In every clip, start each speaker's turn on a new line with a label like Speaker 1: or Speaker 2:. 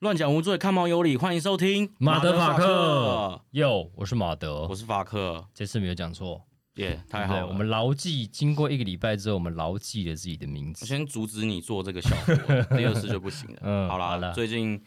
Speaker 1: 乱讲无罪，看毛有理。欢迎收听
Speaker 2: 马德法克，哟，我是马德
Speaker 1: 我，是法克，
Speaker 2: 这次没有讲错，
Speaker 1: 耶、太
Speaker 2: 嗯对
Speaker 1: 好了。
Speaker 2: 我们牢记，经过一个礼拜之后，我们牢记了自己的名
Speaker 1: 我
Speaker 2: 字。
Speaker 1: 先阻止你做这个效 果，第二次就不行了。
Speaker 2: 嗯
Speaker 1: 好啦，
Speaker 2: 好了
Speaker 1: 最近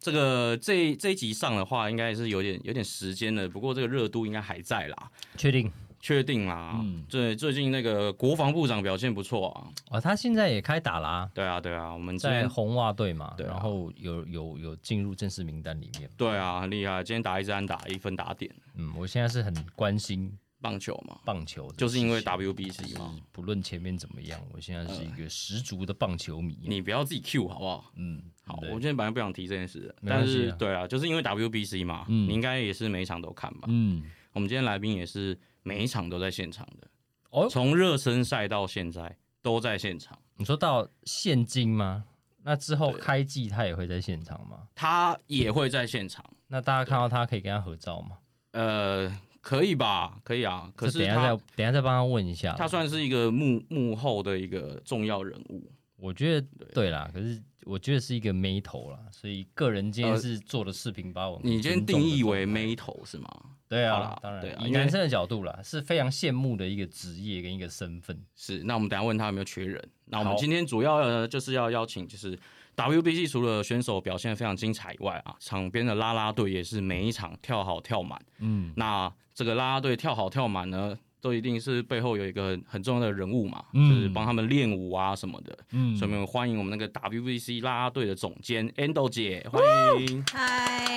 Speaker 1: 这个这这一集上的话，应该是有点有点时间了，不过这个热度应该还在啦，
Speaker 2: 确定
Speaker 1: 确定啦。
Speaker 2: 嗯
Speaker 1: 最最近那个国防部长表现不错啊，
Speaker 2: 哦，他现在也开打啦、
Speaker 1: 对啊对啊，我们今
Speaker 2: 在
Speaker 1: 天
Speaker 2: 红袜队嘛，
Speaker 1: 对啊
Speaker 2: 然后有有有进入正式名单里面。
Speaker 1: 对啊很厉害，今天打一支安打一分打点，
Speaker 2: 嗯，我现在是很关心
Speaker 1: 棒球嘛，
Speaker 2: 棒球的事情，
Speaker 1: 就是因为 WBC 嘛。
Speaker 2: 不论前面怎么样，我现在是一个十足的棒球迷。
Speaker 1: 你不要自己 Q 好不好？
Speaker 2: 嗯，
Speaker 1: 好，
Speaker 2: 对
Speaker 1: 我今天本来不想提这件事的，
Speaker 2: 没
Speaker 1: 但
Speaker 2: 关系啊
Speaker 1: 是对啊，就是因为 WBC 嘛，
Speaker 2: 嗯
Speaker 1: 你应该也是每一场都看吧？
Speaker 2: 嗯，
Speaker 1: 我们今天来宾也是每一场都在现场的，
Speaker 2: 哦，
Speaker 1: 从热身赛到现在都在现场。
Speaker 2: 你说到现金吗？那之后开季他也会在现场吗？
Speaker 1: 他也会在现场，
Speaker 2: 那大家看到他可以跟他合照吗？
Speaker 1: 呃，可以吧？可以啊。可
Speaker 2: 这
Speaker 1: 是
Speaker 2: 等一下再
Speaker 1: 他
Speaker 2: 等一下再帮他问一下啦。
Speaker 1: 他算是一个幕幕后的一个重要人物，
Speaker 2: 我觉得对啦，可是我觉得是一个眉头啦，所以个人今天
Speaker 1: 呃
Speaker 2: 是做的视频把我
Speaker 1: 你今天
Speaker 2: 尊重
Speaker 1: 定
Speaker 2: 的
Speaker 1: 义为
Speaker 2: 状态
Speaker 1: 妹头是吗？
Speaker 2: 对
Speaker 1: 好
Speaker 2: 啊
Speaker 1: 啦，
Speaker 2: 当然
Speaker 1: 对啊
Speaker 2: 以
Speaker 1: 因为
Speaker 2: 男生的角度啦，是非常羡慕的一个职业跟一个身份。
Speaker 1: 是，那我们等一下问他有没有缺人。那我们
Speaker 2: 好
Speaker 1: 今天主要呢，就是要邀请，就是 WBC 除了选手表现非常精彩以外啊，场边的啦啦队也是每一场跳好跳满。
Speaker 2: 嗯
Speaker 1: 那这个啦啦队跳好跳满呢，都一定是背后有一个很很重要的人物嘛，
Speaker 2: 嗯
Speaker 1: 就是帮他们练舞啊什么的。
Speaker 2: 嗯
Speaker 1: 所以我们欢迎我们那个 WBC 啦啦队的总监 Endo 姐，欢迎。
Speaker 3: 嗨，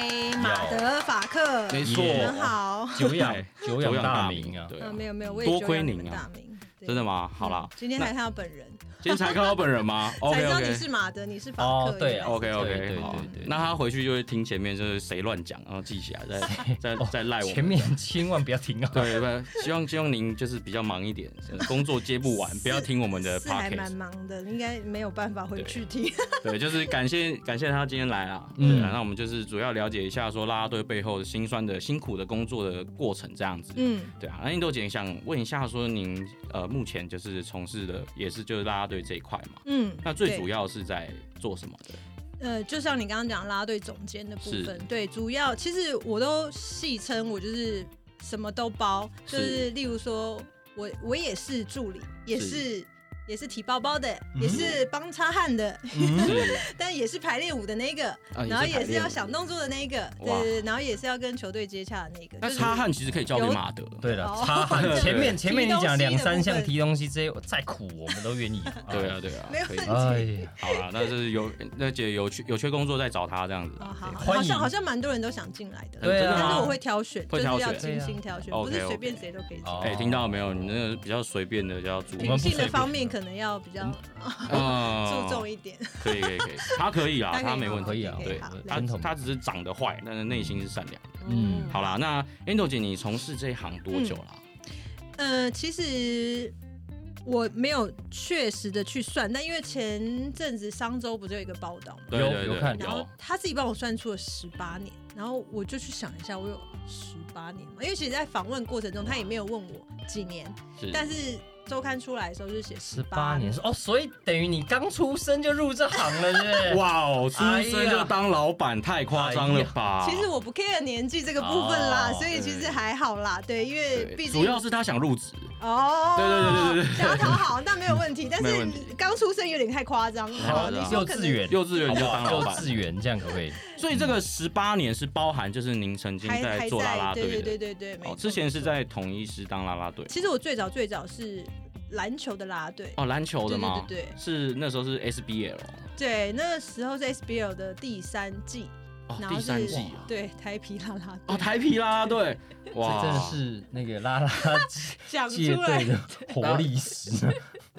Speaker 3: 马德法克，
Speaker 1: 没
Speaker 2: 错
Speaker 3: 你们好。
Speaker 2: 久仰
Speaker 1: 对
Speaker 2: 久仰大名啊，
Speaker 1: 对
Speaker 3: 啊，
Speaker 1: 啊，
Speaker 3: 没有没有，我也
Speaker 1: 多
Speaker 3: 觉得
Speaker 1: 亏
Speaker 3: 你
Speaker 1: 您
Speaker 3: 们
Speaker 1: 啊
Speaker 3: 大名，对嗯
Speaker 1: 真的？吗？好啦，
Speaker 3: 今天才看到本人，
Speaker 1: 今天才看到本人吗
Speaker 3: 才
Speaker 1: ？OK
Speaker 3: 知道你
Speaker 1: OK
Speaker 3: 是。马德，你是法
Speaker 2: 哦
Speaker 3: 克。
Speaker 2: 对
Speaker 3: 原来
Speaker 2: 啊
Speaker 3: 是
Speaker 1: OK
Speaker 2: 对
Speaker 1: OK，
Speaker 2: 对
Speaker 1: 好
Speaker 2: 对对，
Speaker 1: 那他回去就会听前面就是谁乱讲，然后记起来，再再再赖我们。
Speaker 2: 哦前面 千万不要停啊。
Speaker 1: 对，不，希望希望您就是比较忙一点，工作接不完，不要听我们的
Speaker 3: 是还蛮
Speaker 1: podcast。
Speaker 3: 忙的，应该没有办法回去听。
Speaker 1: 对，啊就是感谢感谢他今天来啊。
Speaker 2: 嗯
Speaker 1: 嗯，那我们就是主要了解一下说啦啦队背后辛酸的、辛苦的工作的过程这样子。嗯，
Speaker 3: 嗯，
Speaker 1: 对啊。那印豆姐想问一下，说您呃目前就是从事的也是就是啦啦队这一块嘛？
Speaker 3: 嗯，
Speaker 1: 那最主
Speaker 3: 要
Speaker 1: 要是在做什么的？
Speaker 3: 呃，就像你刚刚讲拉队总监的部分，对，主要其实我都戏称我就是什么都包，就是是例如说我我也是助理，也
Speaker 1: 是嗯
Speaker 3: 是也是提包包的，也是帮擦汗的，
Speaker 2: 嗯
Speaker 1: 是
Speaker 3: 但也是排练舞的那个，
Speaker 1: 啊
Speaker 3: 然后
Speaker 1: 也是排
Speaker 3: 也是
Speaker 1: 练舞
Speaker 3: 要想动作的那个，对
Speaker 1: 哇
Speaker 3: 对对，然后也是要跟球队接洽的那个。
Speaker 1: 那
Speaker 3: 就是
Speaker 1: 擦汗其实可以交给
Speaker 3: 有
Speaker 1: 马德。
Speaker 2: 对了，
Speaker 3: 哦
Speaker 2: 擦汗
Speaker 3: 对
Speaker 2: 前面前面你讲两三
Speaker 3: 提东西的部
Speaker 2: 项
Speaker 3: 分
Speaker 2: 提东西这些，再苦我们都愿意。
Speaker 1: 对啊，对啊，
Speaker 3: 没有
Speaker 1: 可以
Speaker 3: 问题
Speaker 2: 哎呀，
Speaker 1: 好啦，那就是有那姐有缺有缺工作再找他这样子
Speaker 3: 哦，。好，
Speaker 2: 欢
Speaker 3: 好
Speaker 2: 迎
Speaker 3: 像好像蛮多人都想进来的，
Speaker 2: 对啊
Speaker 3: 但是我会挑选，
Speaker 1: 会
Speaker 3: 就是
Speaker 1: 挑
Speaker 3: 要
Speaker 1: 选
Speaker 3: 精心挑选，
Speaker 1: 对啊
Speaker 3: 不是
Speaker 1: OK，OK
Speaker 3: 随便谁都可以进
Speaker 2: 哦
Speaker 3: 来。
Speaker 1: 哎、听到没有？你那个比较随便的就要注意
Speaker 2: 我们
Speaker 3: 灵
Speaker 2: 不
Speaker 3: 性
Speaker 2: 随
Speaker 3: 的
Speaker 2: 便
Speaker 3: 方面可能要比较
Speaker 1: 啊
Speaker 3: 注重一点，
Speaker 1: 可以可以可以，他可以啦，
Speaker 3: 他可以
Speaker 1: 他没问
Speaker 2: 可
Speaker 1: 题。
Speaker 2: 以啊，
Speaker 1: 对
Speaker 3: 好
Speaker 2: 我
Speaker 1: 他
Speaker 2: 传统
Speaker 1: 他只是长得坏，但是内心是善良的。
Speaker 2: 嗯
Speaker 1: 好啦，那 Angel 姐，你从事这一行多久
Speaker 3: 嗯
Speaker 1: 啦？
Speaker 3: 呃，其实我没有确实的去算，但因为前阵子商周不是有一个报道吗？
Speaker 1: 对
Speaker 2: 有
Speaker 1: 对
Speaker 2: 有
Speaker 1: 对，
Speaker 2: 看
Speaker 1: 有
Speaker 3: 然后他自己帮我算出了十八年，然后我就去想一下，我有十八年吗？因为其实，在访问过程中，他也没有问我几年，
Speaker 1: 是，
Speaker 3: 但是周刊出来的时候就写
Speaker 2: 十
Speaker 3: 十
Speaker 2: 八
Speaker 3: 八
Speaker 2: 年，哦，所以等于你刚出生就入这行了，是 不是？
Speaker 1: 哇哦，出
Speaker 2: 哎
Speaker 1: 生
Speaker 2: 呀
Speaker 1: 就当老板，太夸张了吧？
Speaker 3: 哎其实我不 care 年纪这个部分啦，
Speaker 2: 哦
Speaker 3: 所以其实还好啦，对，因为
Speaker 1: 对
Speaker 3: 毕竟
Speaker 1: 主要是他想入职，
Speaker 3: 哦，
Speaker 1: 对对对对对
Speaker 3: 想要讨好那没 有问题，但
Speaker 1: 没
Speaker 3: 是
Speaker 1: 问题
Speaker 3: 刚出生有点太夸张
Speaker 1: 好
Speaker 3: 了，哦
Speaker 1: 的
Speaker 3: 你
Speaker 2: 幼
Speaker 3: 说可
Speaker 2: 稚
Speaker 3: 能
Speaker 2: 园，
Speaker 1: 幼稚园就当老
Speaker 2: 幼
Speaker 1: 板，
Speaker 2: 稚园这样可不可以？
Speaker 1: 所以这个十八年是包含就是您曾经
Speaker 3: 还还
Speaker 1: 做啦啦
Speaker 3: 在，
Speaker 1: 队的，
Speaker 3: 对对对对对，没
Speaker 1: 哦，
Speaker 3: 错
Speaker 1: 之前是。
Speaker 3: 没错
Speaker 1: 在统一师当啦啦队，
Speaker 3: 其实我最早最早是篮球的啦啦队，
Speaker 1: 哦，篮球的吗？
Speaker 3: 对对对对
Speaker 1: 是那时候是 SBL
Speaker 3: 对，那时候是 SBL 的第三季，
Speaker 1: 哦，
Speaker 3: 然后
Speaker 1: 第
Speaker 3: 是
Speaker 1: 三季啊，
Speaker 3: 对台皮啦啦 队
Speaker 1: 哦，台皮啦啦队，哇，
Speaker 2: 这真的是那个拉拉
Speaker 3: 讲
Speaker 2: 界
Speaker 3: 出来
Speaker 2: 队的活历史，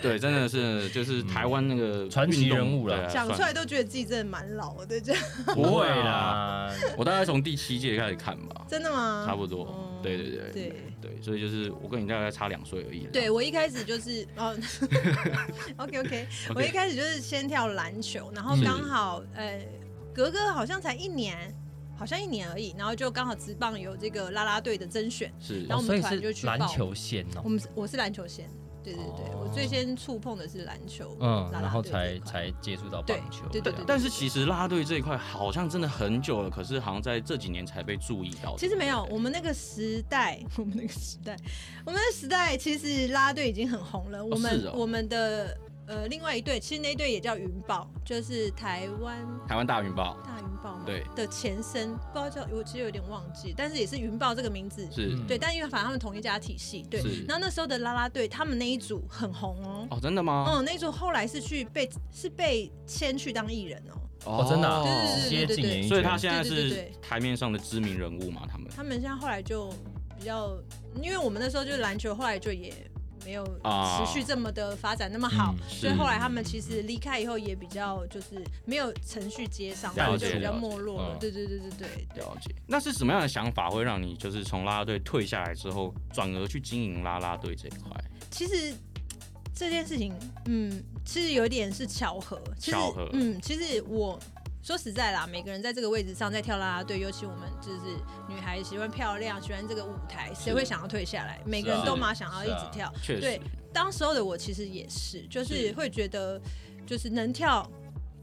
Speaker 1: 对，真的是就是台湾那个
Speaker 2: 嗯传奇
Speaker 1: 运动
Speaker 2: 人物啦
Speaker 1: 对啊
Speaker 3: 讲出来
Speaker 1: 算
Speaker 3: 都觉得自己真的蛮老的，这样
Speaker 1: 不会啦，， 我大概从第七届开始看吧，
Speaker 3: 真的吗？
Speaker 1: 差不多
Speaker 3: 哦，
Speaker 1: 对对对
Speaker 3: 对。
Speaker 1: 对，所以就是我跟你大概差两岁而已啦，
Speaker 3: 对我一开始就是哦 ，OK OK，我一开始就是先跳篮球，然后
Speaker 2: 是
Speaker 3: 刚好呃，格格好像才一年，好像一年而已，然后就刚好职棒有这个啦啦队的甄选，
Speaker 1: 是
Speaker 3: 然后我
Speaker 2: 所
Speaker 3: 们
Speaker 2: 以
Speaker 3: 团就去
Speaker 2: 是
Speaker 3: 报
Speaker 2: 篮球线哦
Speaker 3: 我，们是我是篮球线，对对对，
Speaker 2: 哦
Speaker 3: 我最先触碰的是篮球，
Speaker 2: 嗯，
Speaker 3: 啦啦
Speaker 2: 然后
Speaker 3: 队这
Speaker 2: 才
Speaker 3: 一块
Speaker 2: 才接触到棒
Speaker 3: 对
Speaker 2: 球这
Speaker 3: 对
Speaker 2: 样，
Speaker 3: 对对
Speaker 1: 但是其实啦啦队这一块好像真的很久了，可是好像在这几年才被注意到。
Speaker 3: 其实没有，我们那个时代， 我们那个时代，我们的时代其实啦啦队已经很红了。我们、
Speaker 1: 是哦
Speaker 3: 我们的呃另外一队，其实那队也叫云豹，就是台湾
Speaker 1: 台湾大云豹
Speaker 3: 大云豹嘛
Speaker 1: 对
Speaker 3: 的前身，不知道叫，我其实有点忘记，但是也是云豹这个名字。
Speaker 1: 是、
Speaker 2: 嗯
Speaker 3: 对，但因为反正他们同一家体系，对
Speaker 1: 是。
Speaker 3: 然后那时候的啦啦队，他们那一组很红哦。
Speaker 1: 哦，真的吗？
Speaker 3: 嗯，那一组后来是去被是被签去当艺人哦，
Speaker 2: 哦真的啊
Speaker 3: 对
Speaker 2: 直
Speaker 3: 对
Speaker 2: 接进演艺
Speaker 1: 所以
Speaker 2: 圈
Speaker 1: 他现在
Speaker 3: 对对对
Speaker 1: 是
Speaker 3: 对
Speaker 1: 台面上的知名人物嘛，他们
Speaker 3: 他们现在后来就比较，因为我们那时候就是篮球，后来就也没有
Speaker 1: 啊
Speaker 3: 持续这么的发展那么好，
Speaker 2: 嗯
Speaker 3: 所以
Speaker 1: 是
Speaker 3: 后来他们其实离开以后也比较就是没有程序接上，
Speaker 1: 了
Speaker 3: 所以
Speaker 1: 解
Speaker 3: 就比较
Speaker 1: 了解
Speaker 3: 没落了
Speaker 2: 嗯。
Speaker 3: 对对对对对对。
Speaker 1: 了解。那是什么样的想法会让你就是从啦啦队退下来之后，转而去经营啦啦队这一块？
Speaker 3: 其实这件事情，嗯，其实有点是巧合。其实
Speaker 1: 巧合
Speaker 3: 嗯，其实我。说实在啦，每个人在这个位置上在跳啦啦队，尤其我们就是女孩喜欢漂亮，喜欢这个舞台，谁
Speaker 1: 是
Speaker 3: 会想要退下来？每
Speaker 2: 是
Speaker 3: 个人
Speaker 2: 啊
Speaker 3: 都嘛想要一
Speaker 2: 是
Speaker 3: 直
Speaker 2: 啊
Speaker 3: 跳，
Speaker 1: 确实
Speaker 3: 对，当时候的我其实也是，就是
Speaker 1: 是
Speaker 3: 会觉得，就是能跳，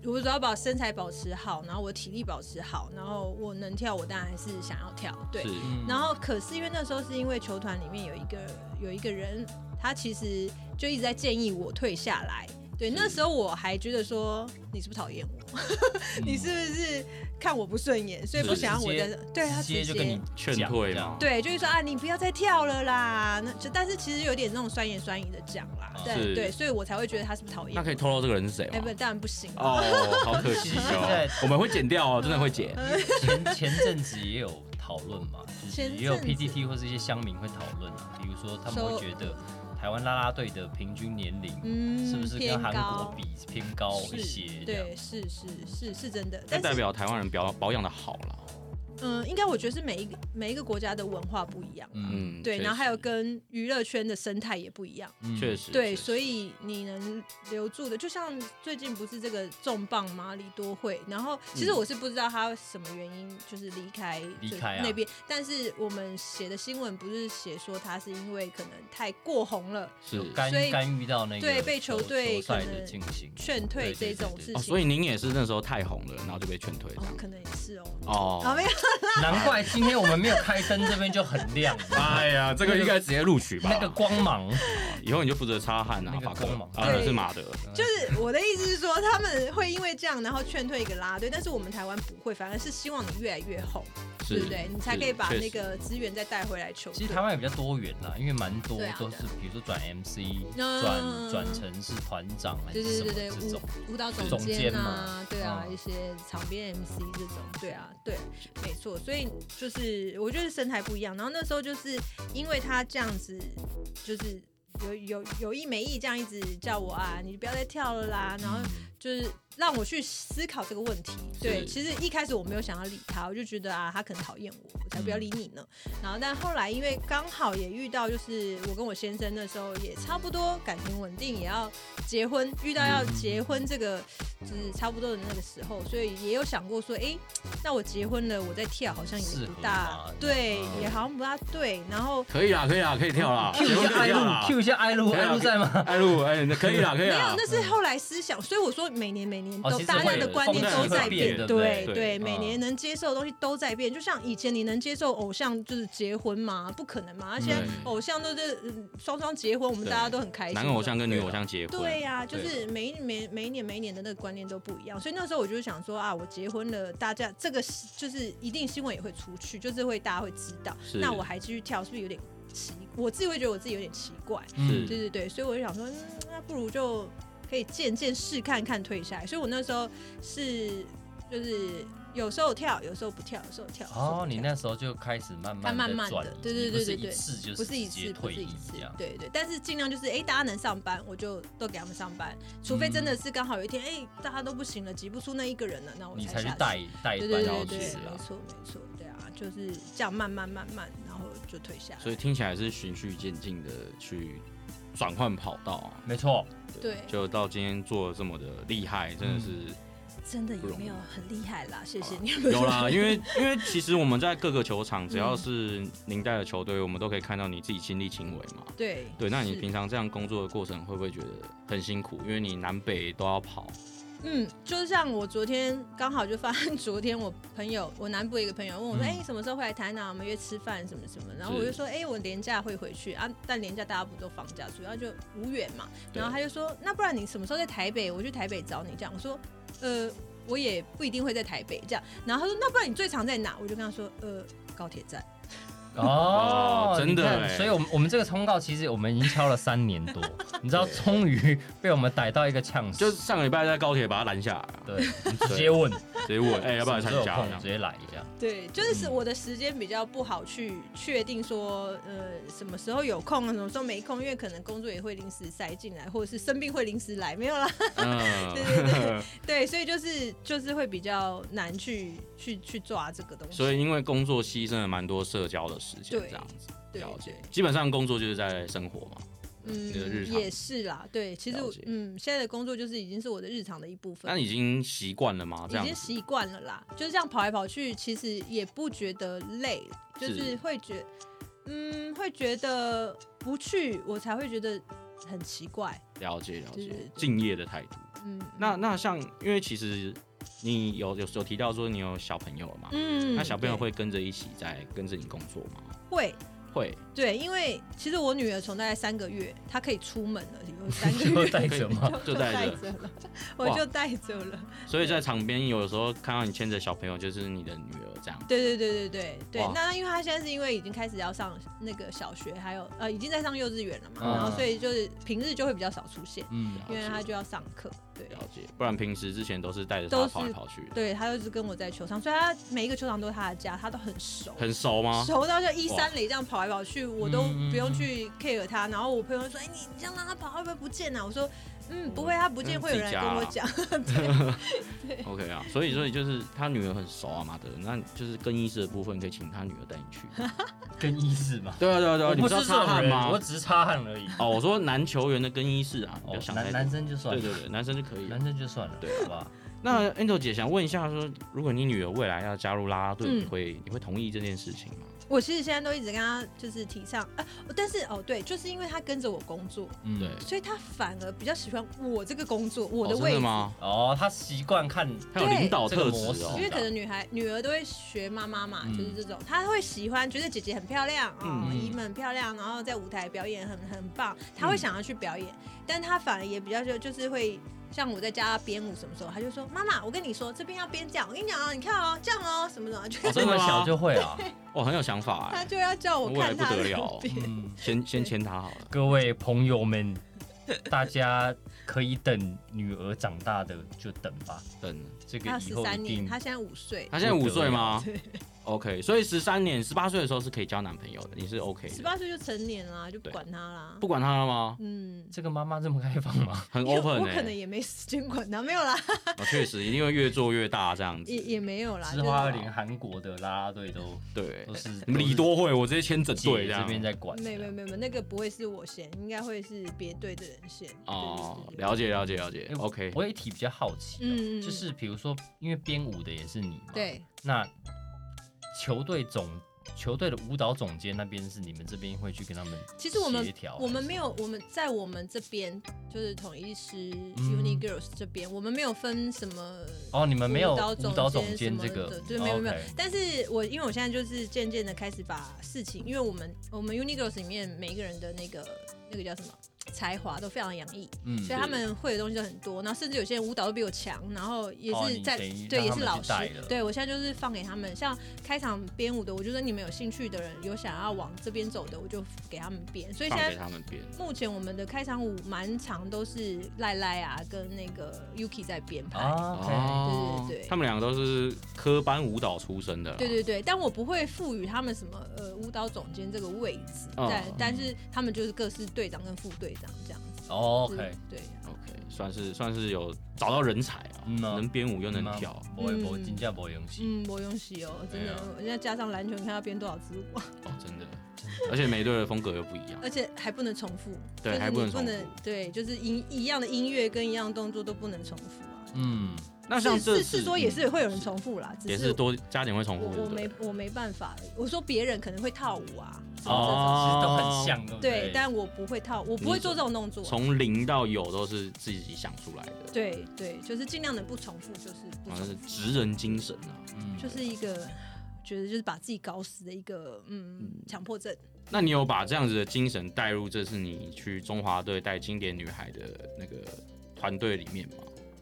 Speaker 3: 我只要把身材保持好，然后我体力保持好，然后我能跳，我当然还是想要跳。对，
Speaker 1: 是
Speaker 2: 嗯
Speaker 3: 然后可是因为那时候是因为球团里面有一个有一个人，他其实就一直在建议我退下来。对，
Speaker 1: 是
Speaker 3: 那时候我还觉得说你是不是讨厌我， 你是不是看我不顺眼，所以不
Speaker 2: 嗯就是
Speaker 3: 想让
Speaker 2: 直
Speaker 3: 我
Speaker 2: 接
Speaker 3: 的对他
Speaker 2: 直接就跟你
Speaker 1: 劝
Speaker 2: 讲
Speaker 1: 退
Speaker 2: 这样
Speaker 1: 嘛
Speaker 3: 对，就是说啊，你不要再跳了啦。那就但是其实有点那种酸言酸语的讲啦，
Speaker 2: 啊
Speaker 1: 是
Speaker 3: 对对，所以我才会觉得他是不是讨厌
Speaker 1: 那
Speaker 3: 我。
Speaker 1: 可以透露这个人是谁
Speaker 3: 哎，
Speaker 1: 吗
Speaker 3: 不，？当然不行。
Speaker 1: 哦，好可惜
Speaker 2: 现
Speaker 1: 哦
Speaker 2: 在，
Speaker 1: 我们会剪掉哦，真的会剪。
Speaker 3: 嗯
Speaker 2: 前前阵子也有讨论 嘛，就是
Speaker 3: 前
Speaker 2: 也有
Speaker 3: 阵子
Speaker 2: PTT 或是一些乡民会讨论啊，比如说他们
Speaker 3: 说
Speaker 2: 会觉得台湾啦啦队的平均年龄
Speaker 3: 嗯
Speaker 2: 是不是跟
Speaker 3: 偏
Speaker 2: 韩国
Speaker 3: 高
Speaker 2: 比偏高一些
Speaker 3: 是，？
Speaker 2: 这样，
Speaker 3: 对，是是是是真的。
Speaker 1: 那
Speaker 3: 但
Speaker 1: 代
Speaker 3: 是，
Speaker 1: 表台湾人保保养的好了，
Speaker 3: 嗯，应该我觉得是每一个每一个国家的文化不一样，
Speaker 2: 嗯，
Speaker 1: 嗯，
Speaker 3: 对，
Speaker 1: 确
Speaker 3: 然后还有
Speaker 1: 实
Speaker 3: 跟娱乐圈的生态也不一样，
Speaker 2: 嗯
Speaker 1: 确，实
Speaker 3: 对，
Speaker 1: 确实
Speaker 3: 所以你能留住的，就像最近不是这个重磅吗？李多惠，然后其实
Speaker 1: 嗯
Speaker 3: 我是不知道他什么原因就是离开
Speaker 2: 离
Speaker 3: 这
Speaker 2: 开啊
Speaker 3: 那边，但是我们写的新闻不是写说他是因为可能太过红了。
Speaker 1: 是
Speaker 2: 干
Speaker 3: 所以
Speaker 2: 干预到那个
Speaker 3: 对被球
Speaker 2: 球
Speaker 3: 队
Speaker 2: 赛
Speaker 3: 可
Speaker 2: 的
Speaker 3: 能
Speaker 2: 进 行，
Speaker 3: 劝退
Speaker 2: 对对
Speaker 3: 这种
Speaker 2: 对
Speaker 3: 事情，
Speaker 1: 哦，所以您也是那时候太红了，然后就被劝退这
Speaker 3: 哦
Speaker 1: 样，。
Speaker 3: 可能也是哦。啊，
Speaker 1: 哦，
Speaker 3: 没有，
Speaker 2: 难怪今天我们没有开灯，这边就很亮，
Speaker 1: 哎呀，这个应该直接录取吧？
Speaker 2: 那个光芒，
Speaker 1: 以后你就负责擦汗啊
Speaker 2: 那，个
Speaker 1: 法克
Speaker 2: 光芒
Speaker 1: 啊，那
Speaker 3: 对
Speaker 1: 是马德，
Speaker 3: 就是 我的意思是说，他们会因为这样，然后劝退一个啦啦队，但是我们台湾不会，反而是希望你越来越红，
Speaker 1: 是
Speaker 3: 对不对？你才可以把
Speaker 1: 是
Speaker 3: 那个资源再带回来球
Speaker 2: 其
Speaker 3: 队
Speaker 2: 实。台湾也比较多元啦，因为蛮多
Speaker 3: 对啊
Speaker 2: 都是，比如说转 MC，
Speaker 3: 嗯
Speaker 2: 转转成是团长还
Speaker 3: 对
Speaker 2: 是
Speaker 3: 对
Speaker 2: 什么
Speaker 3: 对对，
Speaker 2: 这种，
Speaker 3: 舞舞蹈总
Speaker 2: 总监
Speaker 3: 监啊
Speaker 2: 嘛，
Speaker 3: 对啊，
Speaker 2: 嗯
Speaker 3: 一些场边 MC 这种，对啊，对，没错。所以就是我觉得身材不一样，然后那时候就是因为他这样子，就是有有有意没意这样一直叫我啊，你不要再跳了啦，然
Speaker 2: 嗯
Speaker 3: 后就是让我去思考这个问题。对，
Speaker 1: 是
Speaker 3: 其实一开始我没有想要理他，我就觉得啊，他可能讨厌我，我才不要理你呢。
Speaker 2: 嗯
Speaker 3: 然后，但后来因为刚好也遇到，就是我跟我先生那时候也差不多感情稳定，也要结婚，遇到要结婚这个就是差不多的那个时候，所以也有想过说，哎、那我结婚了，我再跳好像也
Speaker 2: 适合
Speaker 3: 不大
Speaker 2: 吗
Speaker 3: 对，
Speaker 2: 嗯
Speaker 3: 也好像不大对。然后
Speaker 1: 可以啦，可以啦，可以跳啦，
Speaker 2: Q
Speaker 3: 啊
Speaker 2: 一下
Speaker 1: 可
Speaker 2: 艾
Speaker 1: 以跳
Speaker 2: 露
Speaker 1: 啦
Speaker 2: ，Q 一下艾露，
Speaker 1: 对啊
Speaker 2: 艾露在吗？
Speaker 1: 艾露，哎，那可以啦，可以
Speaker 3: 没有
Speaker 1: 啦，，
Speaker 3: 那是后来思想，所以我说每年每年
Speaker 2: 哦
Speaker 3: 都
Speaker 2: 其实
Speaker 3: 大家
Speaker 1: 会
Speaker 3: 的观念
Speaker 1: 风气
Speaker 3: 都
Speaker 1: 会
Speaker 3: 在
Speaker 1: 变
Speaker 3: 变，
Speaker 1: 对
Speaker 2: 不对
Speaker 3: 对
Speaker 1: 对
Speaker 3: 对，
Speaker 2: 嗯
Speaker 3: 每年能接受的东西都在变。就像以前你能接受偶像就是结婚嘛，不可能嘛，而且
Speaker 1: 对
Speaker 3: 偶像都是嗯双双结婚，我们大家都很开心。
Speaker 1: 啊男偶像跟女偶像结婚，
Speaker 3: 对呀、就
Speaker 1: 对
Speaker 3: 是每一每每一年每一年的那个观念都不一样，所以那时候我就想说啊，我结婚了，大家这个是就是一定新闻也会出去，就是会大家会知道
Speaker 1: 是。
Speaker 3: 那我还继续跳，是不是有点奇？我自己会觉得我自己有点奇怪，
Speaker 1: 嗯
Speaker 3: 对对对，所以我就想说，嗯，那不如就可以见见试看看退下来。所以我那时候是就是有时候跳，有时候不跳，有时候跳。有时候不
Speaker 2: 哦，你
Speaker 3: 跳
Speaker 2: 那时候就开始慢
Speaker 3: 慢慢
Speaker 2: 慢
Speaker 3: 慢
Speaker 2: 转
Speaker 3: 的
Speaker 2: 移，
Speaker 3: 对对对
Speaker 2: 不
Speaker 3: 对
Speaker 2: 是
Speaker 3: 对
Speaker 2: 一次就
Speaker 3: 不是一
Speaker 2: 直接
Speaker 3: 次，不
Speaker 2: 退
Speaker 3: 是
Speaker 2: 役
Speaker 3: 一次
Speaker 2: 这样，，
Speaker 3: 对对，但是尽量就是，哎、大家能上班，我就都给他们上班，除非真的
Speaker 2: 嗯
Speaker 3: 是刚好有一天，哎、大家都不行了，挤不出那一个人了，那我
Speaker 2: 你才
Speaker 3: 哦才
Speaker 2: 去
Speaker 3: 下
Speaker 2: 带带
Speaker 3: 对
Speaker 2: 一班
Speaker 3: 对对
Speaker 2: 上
Speaker 3: 对，
Speaker 2: 去
Speaker 3: 没
Speaker 2: 啊。
Speaker 3: 错没错，对啊，就是这样慢慢慢慢，然后就退下来。
Speaker 1: 所以听起来是循序渐进的去转换跑道啊，
Speaker 2: 没错，
Speaker 3: 对，
Speaker 1: 就到今天做得这么的厉害，真的是
Speaker 3: 真的有没有很厉害啦？谢谢你们。
Speaker 1: 有啦，因为因为其实我们在各个球场，只
Speaker 3: 嗯
Speaker 1: 要是您带的球队，我们都可以看到你自己亲力亲为嘛。
Speaker 3: 对
Speaker 1: 对，那你
Speaker 3: 是
Speaker 1: 平常这样工作的过程，会不会觉得很辛苦？因为你南北都要跑，
Speaker 3: 嗯，就像我昨天刚好就发现， 昨天我朋友，我南部一个朋友问我说：“
Speaker 2: 嗯
Speaker 3: 哎、你什么时候回来台南？我们约吃饭什么什么。”然后
Speaker 1: 是
Speaker 3: 我就说：“哎、我年假会回去啊，但年假大家不都放假，主要就无缘嘛。”
Speaker 1: 对
Speaker 3: 然后他就说：“那不然你什么时候在台北？我去台北找你。”这样我说：“呃，我也不一定会在台北。”这样，然后他说：“那不然你最常在哪？”我就跟他说：“呃，高铁站。
Speaker 2: 哦
Speaker 1: 哇，真的
Speaker 2: 你看
Speaker 1: 欸
Speaker 2: 所以，我们我们这个通告其实我们已经敲了三年多，你知道，
Speaker 1: 对
Speaker 2: 终于被我们逮到一个呛
Speaker 1: 就
Speaker 2: 死
Speaker 1: 是。上个礼拜在高铁把他拦下来啊，
Speaker 2: 对，你直接问，
Speaker 1: 直接 问，哎、要不要来参
Speaker 2: 什么时
Speaker 1: 加？
Speaker 2: 候
Speaker 1: 这
Speaker 2: 有空
Speaker 1: 样
Speaker 2: 直接来 一下。”
Speaker 3: 对，就是
Speaker 2: 嗯
Speaker 3: 我的时间比较不好去确定说，呃，什么时候有空，什么时候没空，因为可能工作也会临时塞进来，或者是生病会临时来，没有啦。
Speaker 1: 嗯，
Speaker 3: 对对对对，所以就是就是会比较难去去去抓这个东 西。
Speaker 1: 所以因为工作牺牲了蛮多社交的时间，
Speaker 3: 对
Speaker 1: 这样子。
Speaker 3: 对
Speaker 1: 了解，基本上工作就是在生活嘛。
Speaker 3: 嗯
Speaker 1: 你的日，常
Speaker 3: 也是啦，对，其实
Speaker 1: 了
Speaker 3: 我
Speaker 1: 解
Speaker 3: 嗯，现在的工作就是已经是我的日常的一部分
Speaker 1: 那。你已经习惯了吗？这
Speaker 3: 已
Speaker 1: 样
Speaker 3: 经
Speaker 1: 子，
Speaker 3: 习惯了啦，就是这样跑来跑去，其实也不觉得累，就是
Speaker 1: 是
Speaker 3: 会觉，嗯，会觉得不去我才会觉得很奇怪，
Speaker 1: 了解了
Speaker 3: 对对
Speaker 1: 解
Speaker 3: 对，
Speaker 1: 敬业的态度。
Speaker 3: 嗯，
Speaker 1: 那那像，因为其实你有有有提到说你有小朋友了嘛？
Speaker 3: 嗯，
Speaker 1: 那小朋友
Speaker 3: 对
Speaker 1: 会跟着一起在跟着你工作吗？
Speaker 3: 会
Speaker 1: 会，
Speaker 3: 对，因为其实我女儿从大概三个月，她可以出门了，有三个
Speaker 2: 就
Speaker 3: 月
Speaker 2: 带着吗？
Speaker 1: 就带
Speaker 3: 带
Speaker 1: 着
Speaker 3: 着了，我就带着了。
Speaker 1: 所以在场边有时候看到你牵着小朋友，就是你的女儿这样。
Speaker 3: 对对对对对对
Speaker 1: 哇。
Speaker 3: 那因为她现在是因为已经开始要上那个小学，还有呃已经在上幼稚园了嘛，
Speaker 2: 嗯
Speaker 3: 然后所以就是平日就会比较少出现，
Speaker 2: 嗯，
Speaker 3: 因为她
Speaker 1: 了解
Speaker 3: 就要上课。对
Speaker 1: 了解，不然平时之前都是带着
Speaker 3: 都
Speaker 1: 他
Speaker 3: 是
Speaker 1: 跑来跑去的，
Speaker 3: 对，她就是跟我在球场，所以她每一个球场都是她的家，她都很熟。
Speaker 1: 很熟吗？
Speaker 3: 熟到像一三垒这样跑来跑去，我都
Speaker 2: 嗯
Speaker 3: 不用去 care 他。然后我朋友说：“哎、你这样让他跑，会不会不见啊？”我说：“嗯，不会，他不见
Speaker 1: 嗯
Speaker 3: 会有人
Speaker 1: 自
Speaker 3: 来
Speaker 1: 己家
Speaker 3: 跟我
Speaker 1: 啊
Speaker 3: 讲。
Speaker 1: OK 啊，所以所以就是他女儿很熟啊嘛的，那就是更衣室的部分可以请他女儿带你 去。
Speaker 2: 更衣室嘛。
Speaker 1: 对啊对啊对啊，
Speaker 2: 我
Speaker 1: 你
Speaker 2: 不
Speaker 1: 知道
Speaker 2: 是
Speaker 1: 擦
Speaker 2: 这种
Speaker 1: 汗
Speaker 2: 人，
Speaker 1: 吗
Speaker 2: 我？只是擦汗而已。
Speaker 1: 哦，我说男球员的更衣室啊，不
Speaker 2: 哦
Speaker 1: 要想太
Speaker 2: 男
Speaker 1: 多。
Speaker 2: 男生就算
Speaker 1: 对
Speaker 2: 了，
Speaker 1: 对对，男生就可以。
Speaker 2: 男生就算了，
Speaker 1: 对啊
Speaker 2: 好不好？
Speaker 1: 那 Angel 姐想问一下说如果你女儿未来要加入啦啦队，
Speaker 3: 嗯
Speaker 1: 你会你会同意这件事情吗？”
Speaker 3: 我其实现在都一直跟他就是提倡啊，但是哦对，就是因为他跟着我工作，
Speaker 2: 嗯
Speaker 1: 对
Speaker 3: 所以他反而比较喜欢我这个工作，我
Speaker 1: 哦
Speaker 3: 的
Speaker 1: 真
Speaker 3: 位置。
Speaker 1: 的吗？
Speaker 2: 哦，他习惯 看，
Speaker 1: 他有
Speaker 3: 对
Speaker 1: 领导
Speaker 2: 这个
Speaker 1: 特
Speaker 2: 模
Speaker 1: 质
Speaker 2: 式
Speaker 1: 哦，
Speaker 3: 因为可能女孩女儿都会学妈妈嘛，
Speaker 2: 嗯
Speaker 3: 就是这种，她会喜欢，觉得姐姐很漂亮啊，
Speaker 1: 嗯
Speaker 3: 姨、们很漂亮，然后在舞台表演很很棒，她会
Speaker 1: 嗯
Speaker 3: 想要去表演，但她反而也比较就就是会。像我在家编舞什么时候，她就说：“妈妈，我跟你说，这边要编这样。我跟你讲哦，你看哦，这样哦，什么什么，就
Speaker 1: 哦
Speaker 2: 这
Speaker 1: 真的
Speaker 2: 么
Speaker 1: 吗
Speaker 2: 小就会 啊。
Speaker 1: 哦很有想法
Speaker 3: 她
Speaker 1: 哎，
Speaker 3: 就要叫我
Speaker 1: 未来
Speaker 3: 看
Speaker 1: 不
Speaker 3: 她
Speaker 1: 得
Speaker 3: 怎
Speaker 1: 了
Speaker 3: 么
Speaker 1: 哦
Speaker 3: 编。
Speaker 2: 嗯，
Speaker 1: 先先牵他好了。
Speaker 2: 各位朋友们，大家可以等女儿长大的就等 吧，
Speaker 1: 等
Speaker 2: 这个嗯
Speaker 3: 她
Speaker 2: 以
Speaker 3: 十
Speaker 2: 后
Speaker 3: 三
Speaker 2: 一
Speaker 3: 年，
Speaker 2: 定
Speaker 3: 她现在五岁，
Speaker 1: 他现在五岁吗
Speaker 3: 对
Speaker 1: ？OK，所以十三年、十八岁的时候是可以交男朋友的，你是 OK
Speaker 3: 十
Speaker 1: 的，
Speaker 3: 八岁就成年啦，就不
Speaker 1: 对
Speaker 3: 管她啦。
Speaker 1: 不管他了吗？
Speaker 3: 嗯，
Speaker 2: 这个妈妈这么开放 吗？
Speaker 1: 很
Speaker 3: 因为
Speaker 1: open
Speaker 3: 我
Speaker 1: 哎、
Speaker 3: 可能也没时间管她，没有啦，
Speaker 1: 哦确实一定会越做越大这样子
Speaker 3: 也。也没有啦。
Speaker 2: 知
Speaker 3: 就是
Speaker 2: 花二连韩国的啦啦队 都
Speaker 1: 对
Speaker 2: 都， 是
Speaker 1: 李多会，我直接签整队
Speaker 2: 姐
Speaker 1: 这
Speaker 2: 这
Speaker 1: 样。
Speaker 2: 边在管的，
Speaker 3: 没没没没，那个不会是我先，应该会是别队的人先。
Speaker 1: 哦，
Speaker 3: 对对对对
Speaker 1: 了解了解了解
Speaker 2: 哎。我
Speaker 1: OK，
Speaker 2: 我有一题比较好奇哦，
Speaker 3: 嗯嗯嗯
Speaker 2: 就是比如说，因为编舞的也是你嘛，，
Speaker 3: 对，
Speaker 2: 那球队总球队的舞蹈总监那边是你们这边会去跟他们
Speaker 3: 其实我们
Speaker 2: 协调还是
Speaker 3: 我们没有，我们在我们这边就是统一师、
Speaker 2: 嗯
Speaker 3: Uni Girls 这边，我们没有分什么。
Speaker 2: 哦，你们没有
Speaker 3: 舞
Speaker 2: 舞
Speaker 3: 蹈
Speaker 2: 蹈
Speaker 3: 总
Speaker 2: 总
Speaker 3: 监
Speaker 2: 监
Speaker 3: 什么
Speaker 2: 这
Speaker 3: 的
Speaker 2: 个，哦
Speaker 3: 对，没有没有
Speaker 2: OK。
Speaker 3: 但是我因为我现在就是渐渐的开始把事情，因为我们我们 Uni Girls 里面每一个人的那个那个叫什么才华都非常洋溢，
Speaker 2: 嗯
Speaker 3: 所以他们会的东西都很多，然后甚至有些人舞蹈都比我强，然后也
Speaker 2: 哦
Speaker 3: 是
Speaker 2: 你
Speaker 3: 在、
Speaker 2: 等于
Speaker 3: 对
Speaker 2: 让
Speaker 3: 也
Speaker 2: 他
Speaker 3: 是
Speaker 2: 们
Speaker 3: 老
Speaker 2: 去
Speaker 3: 师
Speaker 2: 带了，
Speaker 3: 对我现在就是放给他们，像开场编舞的，我就说你们有兴趣的人有想要往这边走的，我就给他们编。所以现
Speaker 1: 放给
Speaker 3: 在
Speaker 1: 他们编。
Speaker 3: 目前我们的开场舞蛮长都是赖赖啊跟那个 Yuki 在编排。
Speaker 2: 啊，OK，
Speaker 3: 对对对
Speaker 1: 哦他们两个都是科班舞蹈出身的啦。
Speaker 3: 对对对，但我不会赋予他们什么呃舞蹈总监这个位置，
Speaker 1: 哦
Speaker 3: 但、
Speaker 1: 嗯
Speaker 3: 但是他们就是各是队长跟副队长这样子。
Speaker 2: 哦
Speaker 3: 就是
Speaker 2: ，OK，
Speaker 3: 对，
Speaker 1: OK，算是算是有找到人才啊，
Speaker 2: 嗯啊
Speaker 1: 能编舞又能跳。
Speaker 2: 不会不会，
Speaker 3: 嗯
Speaker 2: 金价不会用戏，
Speaker 3: 嗯，我用喜哦，真
Speaker 2: 对
Speaker 3: 的
Speaker 2: 啊，
Speaker 3: 人家加上篮球，你看他编多少支舞。
Speaker 1: 哦，真的，而且每队的风格又不一样。
Speaker 3: 而且还不能重复，
Speaker 1: 对
Speaker 3: 就是
Speaker 1: 还
Speaker 3: 你
Speaker 1: 不能
Speaker 3: 不
Speaker 1: 重
Speaker 3: 能
Speaker 1: 复
Speaker 3: 对，就是音一样的音乐跟一样的动作都不能重复啊。
Speaker 2: 嗯，
Speaker 1: 那像这
Speaker 3: 是
Speaker 1: 次
Speaker 3: 是说也是会有人重复啦，只
Speaker 1: 也是
Speaker 3: 是
Speaker 1: 多加点会重
Speaker 3: 我
Speaker 1: 复，对
Speaker 3: 我
Speaker 1: 不
Speaker 3: 没
Speaker 1: 对？
Speaker 3: 我没办法，我说别人可能会套舞啊，是不是
Speaker 1: 哦
Speaker 2: 其实都很像，对不
Speaker 3: 对
Speaker 2: 对，？
Speaker 3: 但我不会套，我不会做这种动作。
Speaker 1: 从零到有都是自己想出来的，
Speaker 3: 对对，就是尽量的不重复，就是不
Speaker 1: 好像
Speaker 3: 重复
Speaker 1: 哦是，职人精神啊。
Speaker 2: 嗯
Speaker 3: 就是一个觉得就是把自己搞死的一个嗯强迫症。
Speaker 1: 那你有把这样子的精神带入这次你去中华队带经典女孩的那个团队里面吗？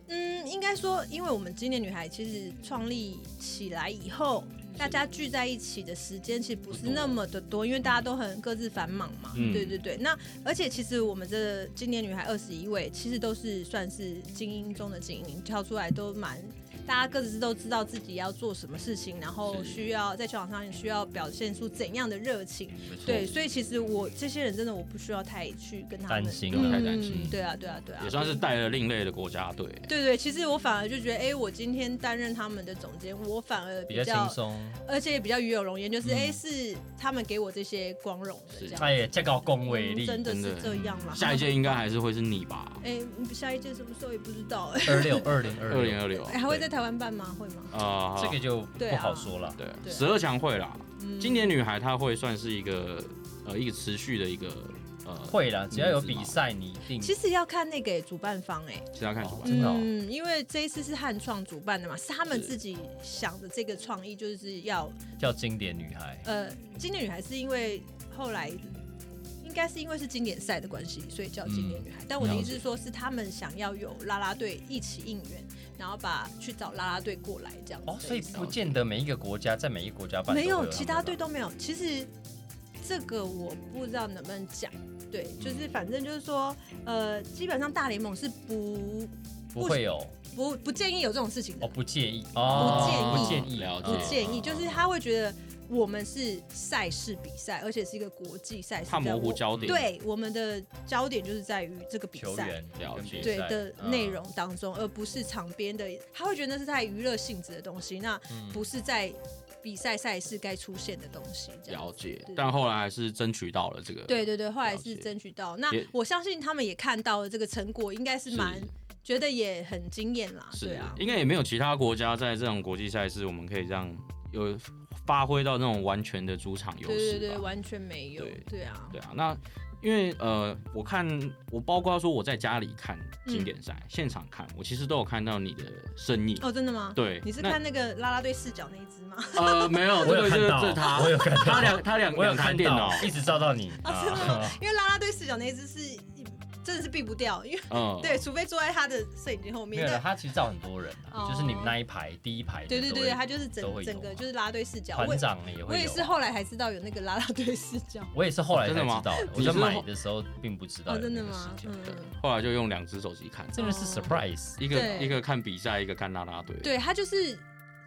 Speaker 3: 嗯，应该说，因为我们经典女孩其实创立起来以后，
Speaker 1: 嗯
Speaker 3: 大家聚在一起的时间其实不是那么的多，因为大家都很各自繁忙嘛。
Speaker 1: 嗯
Speaker 3: 对对对。那而且其实我们这经典女孩二十一位，其实都是算是精英中的精英，跳出来都蛮。大家各自都知道自己要做什么事情，然后
Speaker 1: 是
Speaker 3: 需要在球场上需要表现出怎样的热情，
Speaker 2: 嗯
Speaker 3: 对，所以其实我这些人真的我不需要太去跟他们
Speaker 2: 担心
Speaker 1: 不用太担心
Speaker 3: 嗯，对啊，对啊，对啊，
Speaker 1: 也算是带了另类的国家队。
Speaker 3: 对对，其实我反而就觉得，哎、我今天担任他们的总监，我反而
Speaker 2: 比
Speaker 3: 比
Speaker 2: 较
Speaker 3: 较
Speaker 2: 轻，松。
Speaker 3: 而且也比较与有荣焉，就是
Speaker 2: 嗯
Speaker 3: 哎、是他们给我这些光荣的
Speaker 1: 是
Speaker 3: 这样。
Speaker 2: 他哎也这个恭维
Speaker 3: 嗯
Speaker 2: 力，
Speaker 3: 真的是这样啦。
Speaker 1: 下一届应该还是会是你吧？
Speaker 3: 哎、下一届什么时候也不知道、哎
Speaker 2: 二六二零二
Speaker 1: 二零
Speaker 2: 六，
Speaker 1: 二六
Speaker 3: 哎、还会在台湾办吗？会吗？
Speaker 1: 啊，
Speaker 2: 这个就不好说了。
Speaker 1: 对
Speaker 3: 对
Speaker 1: 十二强会啦。
Speaker 3: 嗯，
Speaker 1: 经典女孩她会算是一个呃一个持续的一个呃，
Speaker 2: 会啦，只要有比赛，你一定
Speaker 3: 其实要看那个、哎主办方哎、
Speaker 1: 其他看主
Speaker 2: 哦
Speaker 1: 办
Speaker 2: 真的哦
Speaker 3: 嗯，因为这一次是汉创主办的嘛，是他们
Speaker 1: 是
Speaker 3: 自己想的这个创意，就是要
Speaker 2: 叫经典女孩。
Speaker 3: 呃，经典女孩是因为后来应该是因为是经典赛的关系，所以叫经典女孩。但我的意思是说，是他们想要有啦啦队一起应援，然后把去找啦啦队过来这样子的
Speaker 2: 哦，
Speaker 3: 意思。
Speaker 2: 所以不见得每一个国家在每一个国家办都
Speaker 3: 没
Speaker 2: 会有
Speaker 3: 有
Speaker 2: 他们
Speaker 3: 其他队
Speaker 2: 吧
Speaker 3: 都没有。其实这个我不知道能不能讲。对，就是反正就是说，呃，基本上大联盟是不
Speaker 2: 不会有
Speaker 3: 不不建议有这种事情的
Speaker 2: 哦，，不介意哦，
Speaker 3: 不
Speaker 1: 建
Speaker 2: 建
Speaker 1: 议
Speaker 2: 议，
Speaker 1: 了解
Speaker 3: 不建
Speaker 2: 嗯
Speaker 3: 议，就是他会觉得我们是赛事比赛，而且是一个国际赛事，
Speaker 1: 怕模糊
Speaker 3: 我
Speaker 1: 焦点。，
Speaker 3: 对，我们的焦点就是在于这个比
Speaker 2: 球
Speaker 3: 赛
Speaker 2: 员
Speaker 1: 了解
Speaker 3: 对的
Speaker 2: 嗯
Speaker 1: 嗯
Speaker 3: 内，容当中，而不是场边的。他会觉得那是在娱乐性质的东西，那
Speaker 2: 跟比赛嗯
Speaker 3: 不是在比赛赛事该出现的东西。这样
Speaker 1: 了解
Speaker 3: 对。
Speaker 1: 但后来还是争取到了这个。
Speaker 3: 对对对，后来是
Speaker 1: 了解
Speaker 3: 争取到。那
Speaker 1: 也
Speaker 3: 我相信他们也看到了这个成果，应该是蛮觉得也很惊艳啦。
Speaker 1: 是
Speaker 3: 对啊，
Speaker 1: 应该也没有其他国家在这种国际赛事，我们可以让有发挥到那种完全的主场优
Speaker 3: 对对
Speaker 1: 势
Speaker 3: 对，
Speaker 1: 吧。
Speaker 3: 完全没有
Speaker 1: 对。
Speaker 3: 对啊，
Speaker 1: 对啊，那因为呃，我看我包括说我在家里看
Speaker 3: 嗯
Speaker 1: 经典赛，现场看，我其实都有看到你的身影。
Speaker 3: 哦，真的吗？
Speaker 1: 对，
Speaker 3: 你是
Speaker 1: 那
Speaker 3: 看那个啦啦队视角那一只吗？
Speaker 1: 呃没有，
Speaker 2: 我有
Speaker 1: 对
Speaker 2: 看
Speaker 1: 对，
Speaker 2: 到
Speaker 1: 这是他，
Speaker 2: 我有看到
Speaker 1: 他两他两
Speaker 2: 我有
Speaker 1: 两台
Speaker 2: 看
Speaker 1: 电脑
Speaker 2: 到，，一直照到你
Speaker 3: 哦， 真的吗
Speaker 2: 啊？
Speaker 3: 因为啦啦队视角那一只是真的是避不掉，因为。
Speaker 1: 嗯，
Speaker 3: 对，除非坐在他的摄影机后
Speaker 2: 哦没有
Speaker 3: 面。
Speaker 2: 了，
Speaker 3: 但
Speaker 2: 他其实照很多人啊，
Speaker 3: 哦
Speaker 2: 就是你们那一排第一排的都
Speaker 3: 对
Speaker 2: 会，
Speaker 3: 对对对，他就是
Speaker 2: 都
Speaker 3: 整
Speaker 2: 会有
Speaker 3: 整
Speaker 2: 啊
Speaker 3: 个就是啦啦队视角。我
Speaker 2: 团
Speaker 3: 也
Speaker 2: 长也
Speaker 3: 我
Speaker 2: 会
Speaker 3: 也
Speaker 2: 有
Speaker 3: 是
Speaker 2: 啊，
Speaker 3: 后来才知道有那个啦啦队视角。
Speaker 2: 我也是后来
Speaker 1: 哦
Speaker 2: 才
Speaker 1: 真的
Speaker 2: 知
Speaker 1: 吗
Speaker 2: 道的，我
Speaker 1: 你
Speaker 2: 在
Speaker 1: 是
Speaker 2: 买
Speaker 1: 后
Speaker 2: 的时候并不知道
Speaker 3: 哦，
Speaker 2: 有
Speaker 3: 真
Speaker 2: 那
Speaker 3: 的
Speaker 2: 个
Speaker 3: 吗
Speaker 2: 事？情，
Speaker 3: 嗯，
Speaker 1: 后来就用两只手机看，
Speaker 2: 真的是
Speaker 3: 哦
Speaker 2: surprise，
Speaker 1: 一个
Speaker 3: 对
Speaker 1: 一个看比赛，一个看啦啦队。
Speaker 3: 对他就是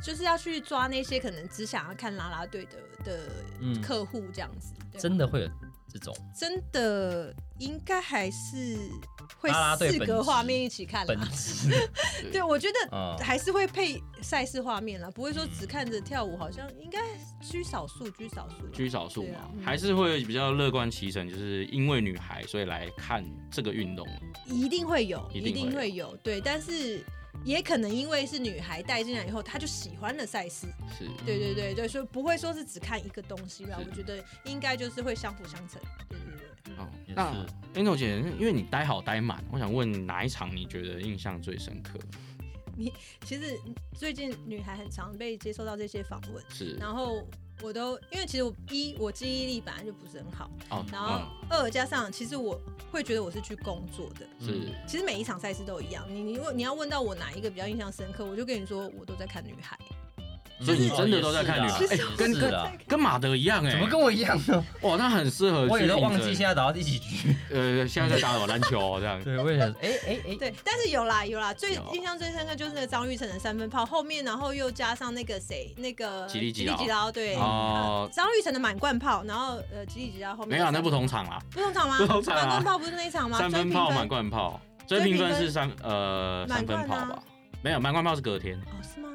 Speaker 3: 就是要去抓那些可能只想要看啦啦队的的
Speaker 2: 嗯，
Speaker 3: 客户这样子。对啊
Speaker 2: 真的会有这种
Speaker 3: 真的应该还是会
Speaker 2: 啦啦队
Speaker 3: 四
Speaker 2: 本
Speaker 3: 个
Speaker 2: 质
Speaker 3: 画面一起看
Speaker 2: 本
Speaker 3: 啦。
Speaker 2: 质
Speaker 3: 对，我觉得
Speaker 2: 啊，
Speaker 3: 还是会配赛事画面啦，不会说
Speaker 2: 嗯
Speaker 3: 只看着跳舞，好像应该居少数，居少数啦。
Speaker 1: 居少数
Speaker 3: 对
Speaker 1: 嘛
Speaker 3: 啊，嗯
Speaker 1: 还是会比较乐观其成，就是因为女孩所以来看这个运动。
Speaker 3: 一定会有，
Speaker 1: 一
Speaker 3: 一
Speaker 1: 定
Speaker 3: 定
Speaker 1: 会有
Speaker 3: 会有，对，但是。也可能因为是女孩带进来以后，她就喜欢了赛事，
Speaker 1: 是，
Speaker 3: 对对对对，所以不会说是只看一个东西吧
Speaker 1: 是？
Speaker 3: 我觉得应该就是会相辅相成，对对对。
Speaker 1: 哦
Speaker 2: 也，
Speaker 1: 那
Speaker 2: 是
Speaker 1: Angel 姐，因为你待好待满，我想问哪一场你觉得印象最深刻？
Speaker 3: 其实最近女孩很常被接受到这些访问，
Speaker 1: 是
Speaker 3: 然后我都因为其实我一我记忆力本来就不是很好，
Speaker 1: 哦，
Speaker 3: 然后二加上其实我会觉得我是去工作的，
Speaker 1: 嗯是
Speaker 3: 其实每一场赛事都一样。你你问你要问到我哪一个比较印象深刻，我就跟你说我都在看女孩。
Speaker 1: 嗯所以你真的都在看女孩
Speaker 2: 其实
Speaker 1: 哎跟
Speaker 2: 是啊
Speaker 1: 跟马德一样哎，
Speaker 2: 怎么跟我一样 呢？
Speaker 1: 哇，那很适合去
Speaker 2: 我也都
Speaker 1: 应
Speaker 2: 忘
Speaker 1: 征
Speaker 2: 记现在打到第几 局。
Speaker 1: 呃，现在在打篮球这样。
Speaker 2: 对，我也想，哎哎哎，
Speaker 3: 对，但是有啦有啦，最
Speaker 1: 嗯有
Speaker 3: 印象最深刻就是那个张玉成的三分炮，后面然后又加上那个谁，那个
Speaker 1: 吉利吉劳
Speaker 3: 劳，对，
Speaker 1: 哦
Speaker 3: 呃 张玉成的满贯炮，然后呃吉利吉劳后
Speaker 1: 没
Speaker 3: 面
Speaker 1: 有啊，那不
Speaker 3: 同
Speaker 1: 同场啦，
Speaker 3: 不同场吗？
Speaker 1: 不同场啊
Speaker 3: 满贯炮不是那一场吗？
Speaker 1: 三分
Speaker 3: 追
Speaker 1: 炮、
Speaker 3: 平
Speaker 1: 满贯炮，追
Speaker 3: 追
Speaker 1: 评
Speaker 3: 平
Speaker 1: 分
Speaker 3: 分
Speaker 1: 是三呃三
Speaker 3: 满
Speaker 1: 分
Speaker 3: 贯
Speaker 1: 炮
Speaker 3: 啊
Speaker 1: 吧？没有，满贯炮是隔天，
Speaker 3: 哦是吗？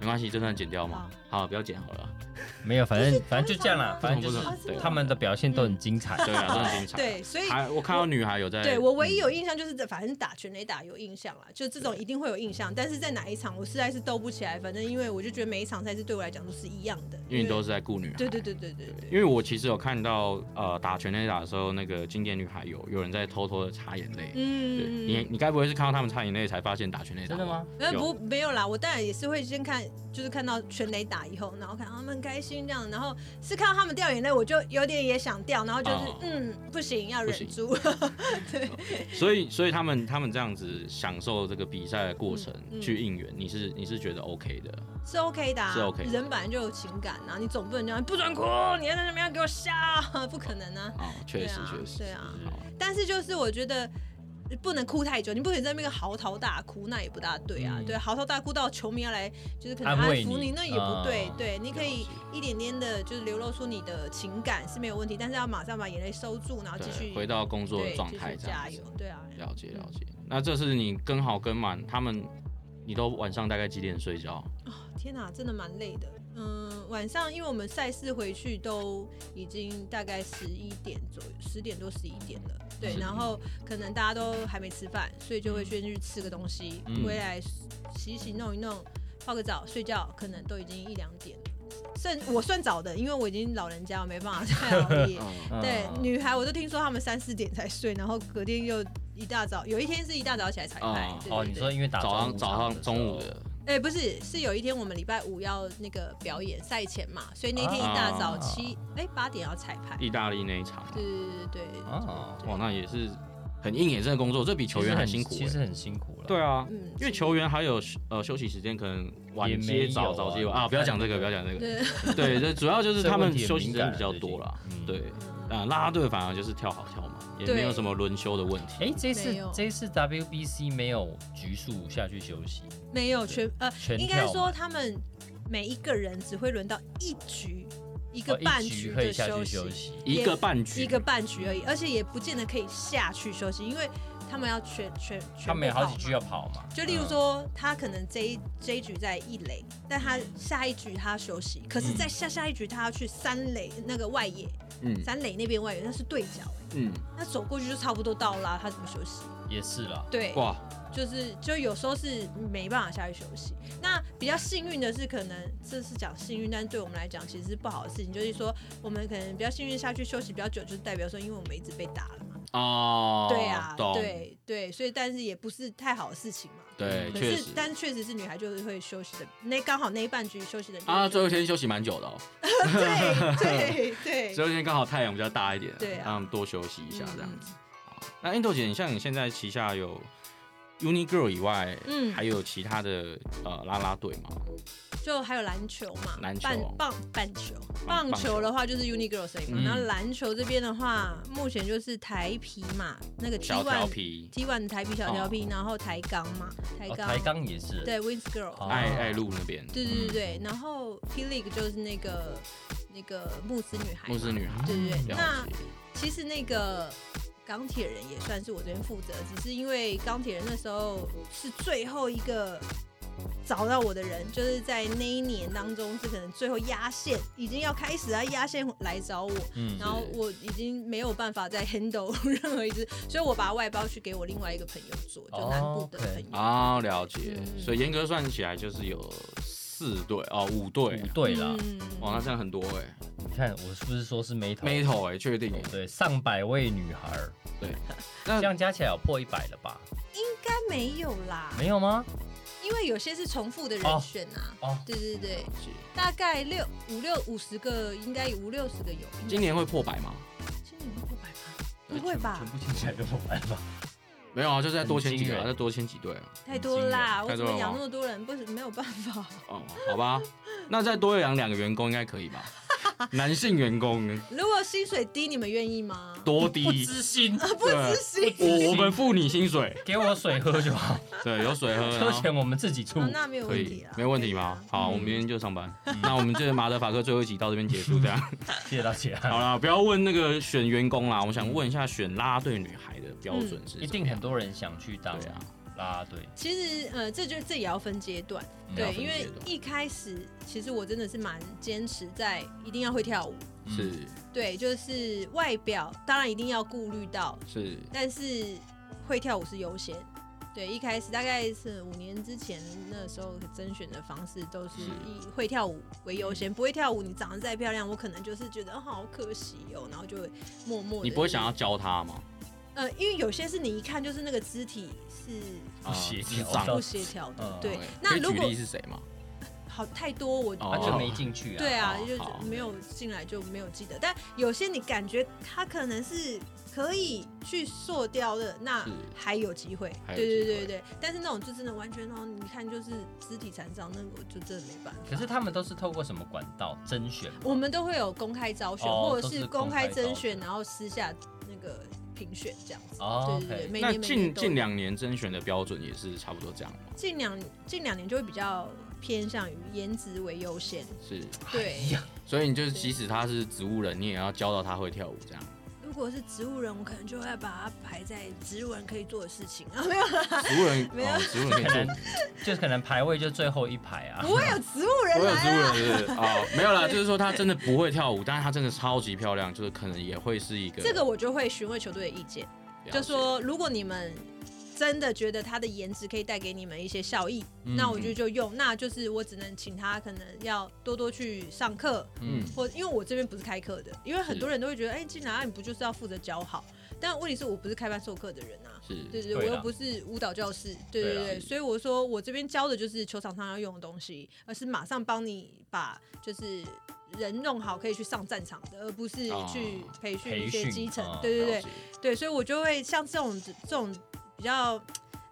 Speaker 1: 没关系，这段剪掉嘛。好，不要剪好了。
Speaker 2: 没有，反正反正就这样啦，
Speaker 3: 不
Speaker 1: 是
Speaker 2: 反
Speaker 1: 不
Speaker 2: 正就是是
Speaker 1: 对
Speaker 2: 他们的表现都很精彩。
Speaker 1: 对啊，真的精彩。
Speaker 3: 对，所以
Speaker 1: 还我看到女孩有在，
Speaker 3: 对我唯
Speaker 1: 嗯
Speaker 3: 一有印象就是，反正打全垒打有印象啦，就这种一定会有印象。但是在哪一场，我实在是斗不起来。反正因为我就觉得每一场赛事对我来讲都是一样的，
Speaker 1: 因为你都是在顾女孩。
Speaker 3: 对对对对对对
Speaker 1: 因为我其实有看到，呃，打全垒打的时候，那个经典女孩有有人在偷偷的擦眼泪。对
Speaker 3: 嗯，
Speaker 1: 你，你该不会是看到他们擦眼泪才发现打全垒打？
Speaker 2: 真的吗？？
Speaker 3: 那
Speaker 1: 有
Speaker 3: 不没有啦，我当然也是会先看，就是看到全垒打以后，然后看他们开心这样，然后是看到他们掉眼泪，我就有点也想掉，然后就是、
Speaker 1: 哦
Speaker 3: 嗯，不行，要忍
Speaker 1: 不行
Speaker 3: 住。
Speaker 1: 所以，所以他们他们这样子享受这个比赛的过程、
Speaker 3: 嗯嗯
Speaker 1: 去应援，你是你是觉得 OK 的？
Speaker 3: 是 OK 的、啊，
Speaker 1: 是 OK 的
Speaker 3: 人本来就有情感啊，你总不能这样不准哭，你在那边要给我笑， 不可能啊。
Speaker 1: 哦，确实
Speaker 3: 对啊
Speaker 1: 确实，
Speaker 3: 对啊
Speaker 1: 好
Speaker 3: 但是就是我觉得不能哭太久，你不可以在那边嚎啕大哭，那也不大对啊。
Speaker 2: 嗯
Speaker 3: 对，嚎啕大哭到球迷要来就是可能
Speaker 2: 安
Speaker 3: 安
Speaker 2: 慰
Speaker 3: 抚
Speaker 2: 你
Speaker 3: 你，那也不对。
Speaker 2: 啊
Speaker 3: 对，你可
Speaker 1: 了
Speaker 3: 以
Speaker 1: 解
Speaker 3: 一点点的，就是流露出你的情感是没有问题，但是要马上把眼泪收住，然后继续
Speaker 1: 对，回到工作的
Speaker 3: 对
Speaker 1: 状
Speaker 3: 继
Speaker 1: 态
Speaker 3: 续
Speaker 1: 这
Speaker 3: 加
Speaker 1: 样
Speaker 3: 油
Speaker 1: 子。。
Speaker 3: 对啊，
Speaker 1: 了解了解。那这是你跟好跟满他们，你都晚上大概几点睡觉？
Speaker 3: 啊天哪、真的蛮累的。嗯，晚上因为我们赛事回去都已经大概十一点左右，十点多十一点了。对，
Speaker 1: 是
Speaker 3: 然后可能大家都还没吃饭，所以就会先去吃个东西，
Speaker 2: 嗯
Speaker 3: 回来洗洗弄一弄，泡个澡，睡觉，可能都已经一两点了。甚我算早的，因为我已经老人家，我没办法再 熬夜。
Speaker 1: 嗯，
Speaker 2: 嗯
Speaker 3: 对，女孩我都听说她们三四点才睡，然后隔天又一大早，有一天是一大早起来彩排。
Speaker 1: 哦
Speaker 3: 对对
Speaker 2: 哦，
Speaker 3: 对
Speaker 2: 你说因为打
Speaker 1: 早上
Speaker 2: 午
Speaker 1: 早上
Speaker 2: 的时候
Speaker 1: 中午的，
Speaker 3: 哎、不是，是有一天我们礼拜五要那个表演赛前嘛，所以那天一大早
Speaker 2: 啊
Speaker 3: 七哎八、点要彩排。
Speaker 1: 意大利那一场，
Speaker 3: 对对对对
Speaker 2: 哦，
Speaker 1: 哇，那也是很硬也真的工作，这比球员还辛苦、
Speaker 2: 其
Speaker 1: 欸。
Speaker 2: 实很辛苦了。
Speaker 1: 对啊，
Speaker 3: 嗯，
Speaker 1: 因为球员还有呃休息时间，可能
Speaker 2: 也
Speaker 1: 晚
Speaker 2: 没
Speaker 1: 接早
Speaker 2: 有
Speaker 1: 早接
Speaker 2: 啊
Speaker 1: 晚啊，不要讲这个，
Speaker 2: 看
Speaker 1: 不要讲这个。对，
Speaker 3: 对，
Speaker 1: 这主要就是
Speaker 2: 这个
Speaker 1: 他
Speaker 2: 问
Speaker 1: 们
Speaker 2: 题也
Speaker 1: 休息时
Speaker 2: 敏
Speaker 1: 间
Speaker 2: 感
Speaker 1: 比较
Speaker 2: 了最
Speaker 1: 多
Speaker 2: 近
Speaker 1: 啦。，
Speaker 2: 嗯。
Speaker 1: 对，啊，啦啦队反而就是跳好跳嘛，也没有
Speaker 3: 对
Speaker 1: 什么轮休的问题。
Speaker 2: 哎，这次
Speaker 3: 没有
Speaker 2: 这次 WBC 没有局数下去休息，
Speaker 3: 没有全呃，
Speaker 2: 全
Speaker 3: 应
Speaker 2: 跳
Speaker 3: 该
Speaker 2: 嘛
Speaker 3: 说他们每一个人只会轮到一局一个
Speaker 2: 哦一
Speaker 3: 半
Speaker 2: 局
Speaker 3: 局
Speaker 2: 可以
Speaker 3: 的
Speaker 2: 下
Speaker 3: 休
Speaker 2: 去
Speaker 3: 息
Speaker 2: 休，息。
Speaker 1: 一个半局，
Speaker 3: 一个半局而已，而且也不见得可以下去休息，因为他们要全全全
Speaker 2: 他们有
Speaker 3: 部
Speaker 2: 好几
Speaker 3: 跑嘛
Speaker 2: 局要跑嘛，
Speaker 3: 就例如
Speaker 2: 嗯
Speaker 3: 说，他可能这一这一局在一垒，但他下一局他休息，可是，在下下一局他要去三垒那个外野，
Speaker 1: 嗯
Speaker 3: 三垒那边外野，那是对角、欸，
Speaker 1: 嗯，
Speaker 3: 那走过去就差不多到啦，他怎么休息？
Speaker 2: 也是啦，
Speaker 3: 对，
Speaker 1: 哇，
Speaker 3: 就是就有时候是没办法下去休息。那比较幸运的是，可能这是讲幸运，但是对我们来讲其实是不好的事情，就是说我们可能比较幸运下去休息比较久，就是代表说因为我们一直被打了嘛，
Speaker 1: 哦，
Speaker 3: 对啊，
Speaker 1: 懂，
Speaker 3: 对对，所以但是也不是太好的事情嘛。嗯
Speaker 1: 对，
Speaker 3: 可
Speaker 1: 确
Speaker 3: 是
Speaker 1: 实，
Speaker 3: 但确实是女孩就是会休息的，那刚好那一半局休息的人就
Speaker 1: 啊，最后一天休息蛮久的哦，
Speaker 3: 对对
Speaker 1: 最
Speaker 3: 对，
Speaker 1: 后一天刚好太阳比较大一点，
Speaker 3: 对啊
Speaker 1: 让他们多休息一下这样
Speaker 3: 子。
Speaker 1: 那 Angel 姐，你像你现在旗下有 Uni Girl 以外，
Speaker 3: 嗯
Speaker 1: 还有其他的呃啦啦队嘛？
Speaker 3: 就还有篮球嘛，
Speaker 1: 篮球
Speaker 3: 棒棒棒球，
Speaker 1: 棒
Speaker 3: 棒球的话就是 Uni Girls 嘛，
Speaker 1: 嗯
Speaker 3: 然后篮球这边的话，目前就是台皮嘛，那个 T
Speaker 1: 小调
Speaker 3: one
Speaker 1: 皮，哦
Speaker 3: T one 台皮小调皮，然后台钢嘛，台
Speaker 2: 哦，
Speaker 3: 钢、
Speaker 2: 台钢也是，
Speaker 3: 对 Wins Girl，、
Speaker 2: 哦
Speaker 1: 爱爱路那边，
Speaker 3: 对对对对，然后 P League 就是那个那个穆斯女孩嘛，
Speaker 1: 牧师嗯女孩，
Speaker 3: 对对对，那
Speaker 1: 了解，
Speaker 3: 其实那个钢铁人也算是我这边负责，只是因为钢铁人那时候是最后一个找到我的人，就是在那一年当中是可能最后压线已经要开始啊，压线来找我，
Speaker 2: 嗯
Speaker 3: 然后我已经没有办法再 handle 任何一只， 所以我把外包去给我另外一个朋友做，就南部的朋友。
Speaker 1: 啊，了解。
Speaker 3: 嗯
Speaker 1: 所以严格算起来就是有四队哦，五队
Speaker 2: 五。队啦，
Speaker 3: 嗯
Speaker 1: 哇，那这样很多哎、
Speaker 2: 你看我是不是说是 Metal
Speaker 1: m e t a l 哎，确定哎。
Speaker 2: 对，上百位女孩儿，
Speaker 1: 那
Speaker 2: 这样加起来有破一百了吧？
Speaker 3: 应该没有啦，
Speaker 2: 没有吗？
Speaker 3: 因为有些是重复的人
Speaker 2: 哦
Speaker 3: 选啊。
Speaker 2: 哦，
Speaker 3: 对对对，
Speaker 1: 是
Speaker 3: 大概六五六五十个，应该有五六十个有。应该
Speaker 1: 今年会破百吗？
Speaker 3: 今年会过百吗？不会吧
Speaker 2: 全部听起来都破百吧？
Speaker 1: 没有啊，就再多签几
Speaker 2: 很
Speaker 1: 个、
Speaker 2: 惊
Speaker 1: 啊，
Speaker 2: 人
Speaker 1: 再多签几队啊。
Speaker 3: 太多了啦！
Speaker 1: 很惊人
Speaker 3: 我怎么
Speaker 1: 太多了
Speaker 3: 养
Speaker 1: 吗
Speaker 3: 那么多人？不是没有办法。
Speaker 1: 哦，好吧，那再多养两个员工应该可以 吧？男性员工
Speaker 3: 如果薪水低，你们愿意吗？
Speaker 1: 多
Speaker 2: 不
Speaker 1: 低，
Speaker 2: 知心，
Speaker 3: 不
Speaker 1: 啊
Speaker 3: 知心。
Speaker 1: 我我们付你薪水，
Speaker 2: 给我水喝就好，
Speaker 1: 对，啊有 水喝，然
Speaker 2: 车
Speaker 1: 后
Speaker 2: 钱我们自己出
Speaker 3: 好，。哦那没有
Speaker 1: 嗯可
Speaker 3: 问
Speaker 1: 以
Speaker 3: 题啦，，
Speaker 1: 没问题嗯
Speaker 3: 可以
Speaker 1: 吗
Speaker 3: 啊？
Speaker 1: 好，我们明天就上班。 那我们这马德法克最后一集到这边结束， 这样
Speaker 2: 谢谢大家。
Speaker 1: 好啦，不要问那个嗯选员工啦，我想问一下选拉队女孩的标准是什么
Speaker 2: 一定很多人想去当
Speaker 1: 对啊，
Speaker 2: 啦啦队，
Speaker 3: 其实呃，这就这也要分阶段，
Speaker 2: 嗯
Speaker 1: 要
Speaker 3: 对，
Speaker 1: 分
Speaker 3: 因为
Speaker 1: 阶段
Speaker 3: 一开始其实我真的是蛮坚持在一定要会跳舞，
Speaker 2: 嗯
Speaker 1: 是
Speaker 3: 对，就是外表当然一定要顾虑到，
Speaker 1: 是
Speaker 3: 但是会跳舞是优先。对，一开始大概是五年之前那时候甄选的方式都是
Speaker 1: 是嗯
Speaker 3: 以会跳舞为优先，不会跳舞你长得再漂亮，我可能就是觉得、哦好可惜哦，然后就会默默地
Speaker 1: 你不会想要教他吗？
Speaker 3: 呃，因为有些是你一看就是那个肢体
Speaker 1: 啊
Speaker 3: 是
Speaker 2: 不协
Speaker 1: 智
Speaker 2: 调
Speaker 1: 障
Speaker 2: 到
Speaker 3: 不协调的，
Speaker 2: 嗯
Speaker 3: 对
Speaker 1: 对。
Speaker 3: 那
Speaker 1: 哦可以
Speaker 3: 如
Speaker 1: 举
Speaker 3: 果
Speaker 1: 例是谁吗？
Speaker 3: 好太多，我
Speaker 1: 哦
Speaker 2: 他就没进去啊。
Speaker 3: 对啊，
Speaker 1: 哦好
Speaker 3: 就是没有进来就没有记得。但有些你感觉他可能是可以去塑雕的，那
Speaker 1: 是
Speaker 3: 还有机会。
Speaker 1: 还
Speaker 3: 对
Speaker 1: 有机
Speaker 3: 对
Speaker 1: 会
Speaker 3: 对对，但是那种就真的完全哦，你看就是肢体残障，那我就真的没办法。
Speaker 2: 可是他们都是透过什么管道甄选吗？
Speaker 3: 我们都会有公开招选，
Speaker 2: 哦
Speaker 3: 或者
Speaker 2: 都是
Speaker 3: 是
Speaker 2: 公
Speaker 3: 公
Speaker 2: 开
Speaker 3: 开
Speaker 2: 招
Speaker 3: 甄选，
Speaker 2: 选
Speaker 3: 然后私下那个评选这样子。
Speaker 2: 哦
Speaker 3: 对对对，
Speaker 2: ，OK
Speaker 3: 每
Speaker 1: 那
Speaker 3: 年每年
Speaker 1: 近
Speaker 3: 都
Speaker 1: 近
Speaker 3: 有
Speaker 1: 两年甄选的标准也是差不多这样吗？
Speaker 3: 近两近两年就会比较偏向于颜值为优先，
Speaker 1: 是，
Speaker 3: 对。
Speaker 2: 哎呀
Speaker 1: 所以你就是即使他是植物人，你也要教到他会跳舞 这样。
Speaker 3: 如果是植物人，我可能就会把它排在植物人可以做的事情啊，没有啦，
Speaker 1: 植物人
Speaker 3: 没有
Speaker 1: 哦，植物人可以
Speaker 2: 可
Speaker 1: 做
Speaker 2: 能。就是可能排位就最后一排 啊。
Speaker 3: 不会有植物
Speaker 1: 我
Speaker 3: 人
Speaker 1: 有植
Speaker 3: 来
Speaker 1: 物人
Speaker 3: 啊。
Speaker 1: 是不是 哦，没有啦，就是说他真的不会跳舞，但是他真的超级漂亮，就是可能也会是一个
Speaker 3: 这个我就会询问球队的意见，
Speaker 1: 了解
Speaker 3: 就说如果你们真的觉得他的颜值可以带给你们一些效益，
Speaker 1: 嗯
Speaker 3: 那我就就用，那就是我只能请他可能要多多去上课，
Speaker 1: 嗯
Speaker 3: 或因为我这边不是开课的，因为很多人都会觉得，哎，进来啊你不就是要负责教好？但问题是我不是开班授课的人啊，对
Speaker 1: 是
Speaker 3: 对，
Speaker 2: 对
Speaker 3: 我
Speaker 2: 啦
Speaker 3: 又不是舞蹈教室，对
Speaker 2: 对
Speaker 3: 对
Speaker 2: 啦
Speaker 3: 对，所以我说我这边教的就是球场上要用的东西，而是马上帮你把就是人弄好，可以去上战场的，而不是
Speaker 1: 哦
Speaker 3: 去培训
Speaker 2: 啊
Speaker 3: 一
Speaker 2: 培训
Speaker 3: 些基层
Speaker 2: 哦，
Speaker 3: 对对
Speaker 1: 了
Speaker 3: 对
Speaker 1: 解
Speaker 3: 对，所以我就会像这种这种比较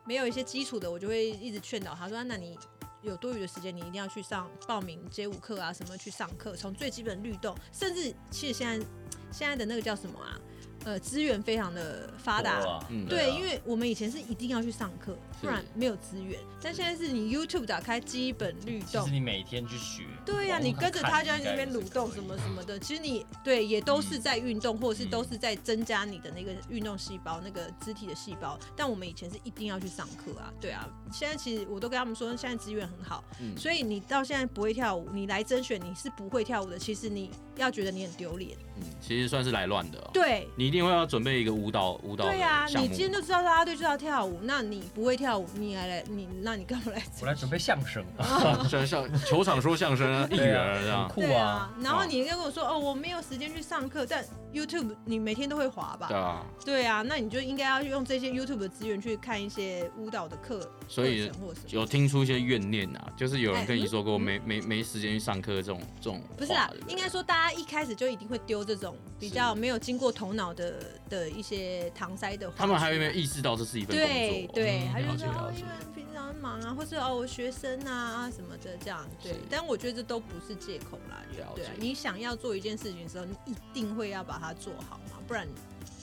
Speaker 3: 没有一些基础的，我就会一直劝导他说，啊那你。有多余的时间，你一定要去上报名街舞课啊，什么去上课，从最基本律动，甚至其实现在现在的那个叫什么啊，呃，资源非常的发达，
Speaker 2: 多啊
Speaker 1: 嗯
Speaker 3: 对，
Speaker 2: 啊
Speaker 3: 因为我们以前是一定要去上课，
Speaker 1: 是
Speaker 3: 不然没有资源。但现在是你 YouTube 打开基本律
Speaker 2: 啊其
Speaker 3: 动
Speaker 2: 实，你每天去学。
Speaker 3: 对呀、
Speaker 2: 网
Speaker 3: 你
Speaker 2: 络
Speaker 3: 跟着
Speaker 2: 看
Speaker 3: 他就在那
Speaker 2: 应该
Speaker 3: 边
Speaker 2: 也是
Speaker 3: 蠕动
Speaker 2: 可以
Speaker 3: 什么什么的，其实你对也都是在运动，或者是
Speaker 2: 嗯
Speaker 3: 都是在增加你的那个运动细胞、那个肢体的细胞。但我们以前是一定要去上课啊，对啊。现在其实我都跟他们说，现在资源很好，
Speaker 1: 嗯
Speaker 3: 所以你到现在不会跳舞，你来甄选你是不会跳舞的，其实你要觉得你很丢脸，
Speaker 1: 嗯，其实算是来乱的、哦。，
Speaker 3: 对。
Speaker 1: 你一定会要准备一个舞蹈舞蹈的
Speaker 3: 对呀、
Speaker 1: 项
Speaker 3: 你
Speaker 1: 目
Speaker 3: 今 天就知道啦啦队就要跳舞，那你不会跳舞，你还来你那你干 嘛来？
Speaker 1: 啊
Speaker 2: 我来准备相声，啊
Speaker 1: 像像球场说相 声啊，艺人啊这
Speaker 2: 很
Speaker 1: 样。
Speaker 2: 酷
Speaker 3: 对
Speaker 2: 啊。
Speaker 3: 啊，然后你又跟我说哦，我没有时间去上课，但 YouTube 你每天都会滑吧
Speaker 1: 对？啊，
Speaker 3: 对啊，那你就应该要用这些 YouTube 的资源去看一些舞蹈的课，
Speaker 1: 所以
Speaker 3: 课程或什么。
Speaker 1: 有听出一些怨念啊，就是有人跟你说过
Speaker 3: 哎嗯
Speaker 1: 没没没时间去上课这种这种
Speaker 3: 不是啦
Speaker 1: 话对，对
Speaker 3: 应该说大家一开始就一定会丢这种比较没有经过头脑的的一些搪塞的话。啊
Speaker 1: 他们还有没有？意识到这是一份工
Speaker 3: 对
Speaker 1: 作？
Speaker 3: 对，
Speaker 2: 嗯
Speaker 3: 他就
Speaker 1: 了解
Speaker 3: 说哦
Speaker 1: 了，解
Speaker 3: 因为平常很忙啊，或是哦我学生啊什么的这样。对
Speaker 1: 是，
Speaker 3: 但我觉得这都不是借口啦。
Speaker 1: 嗯了
Speaker 3: 对啊
Speaker 1: 解，
Speaker 3: 你想要做一件事情的时候，你一定会要把它做好嘛，不然，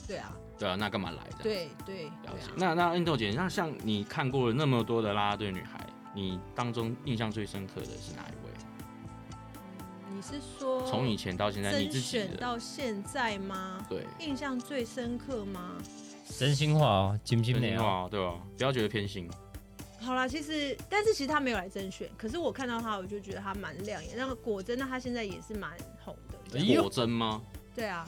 Speaker 3: 对啊。
Speaker 1: 对啊，那干嘛来这样？
Speaker 3: 对对，
Speaker 1: 了解。
Speaker 3: 对
Speaker 1: 那
Speaker 3: 啊
Speaker 1: 那运豆姐，那像你看过了那么多的啦啦队女孩，你当中印象最深刻的是哪一位？
Speaker 3: 你是说
Speaker 1: 从以前到现在，你
Speaker 3: 甄
Speaker 1: 自己
Speaker 3: 选
Speaker 1: 的
Speaker 3: 到现在吗？
Speaker 1: 对，
Speaker 3: 印象最深刻吗？
Speaker 2: 真心话哦，金金
Speaker 1: 真
Speaker 2: 的
Speaker 1: 心
Speaker 2: 哦。
Speaker 1: 话对吧？不要觉得偏心，
Speaker 3: 好啦，其实但是其实他没有来甄选，可是我看到他我就觉得他蛮亮眼，那个果真的他现在也是蛮红的。这
Speaker 2: 哎
Speaker 3: 样
Speaker 2: 呦
Speaker 1: 果真吗？
Speaker 3: 对啊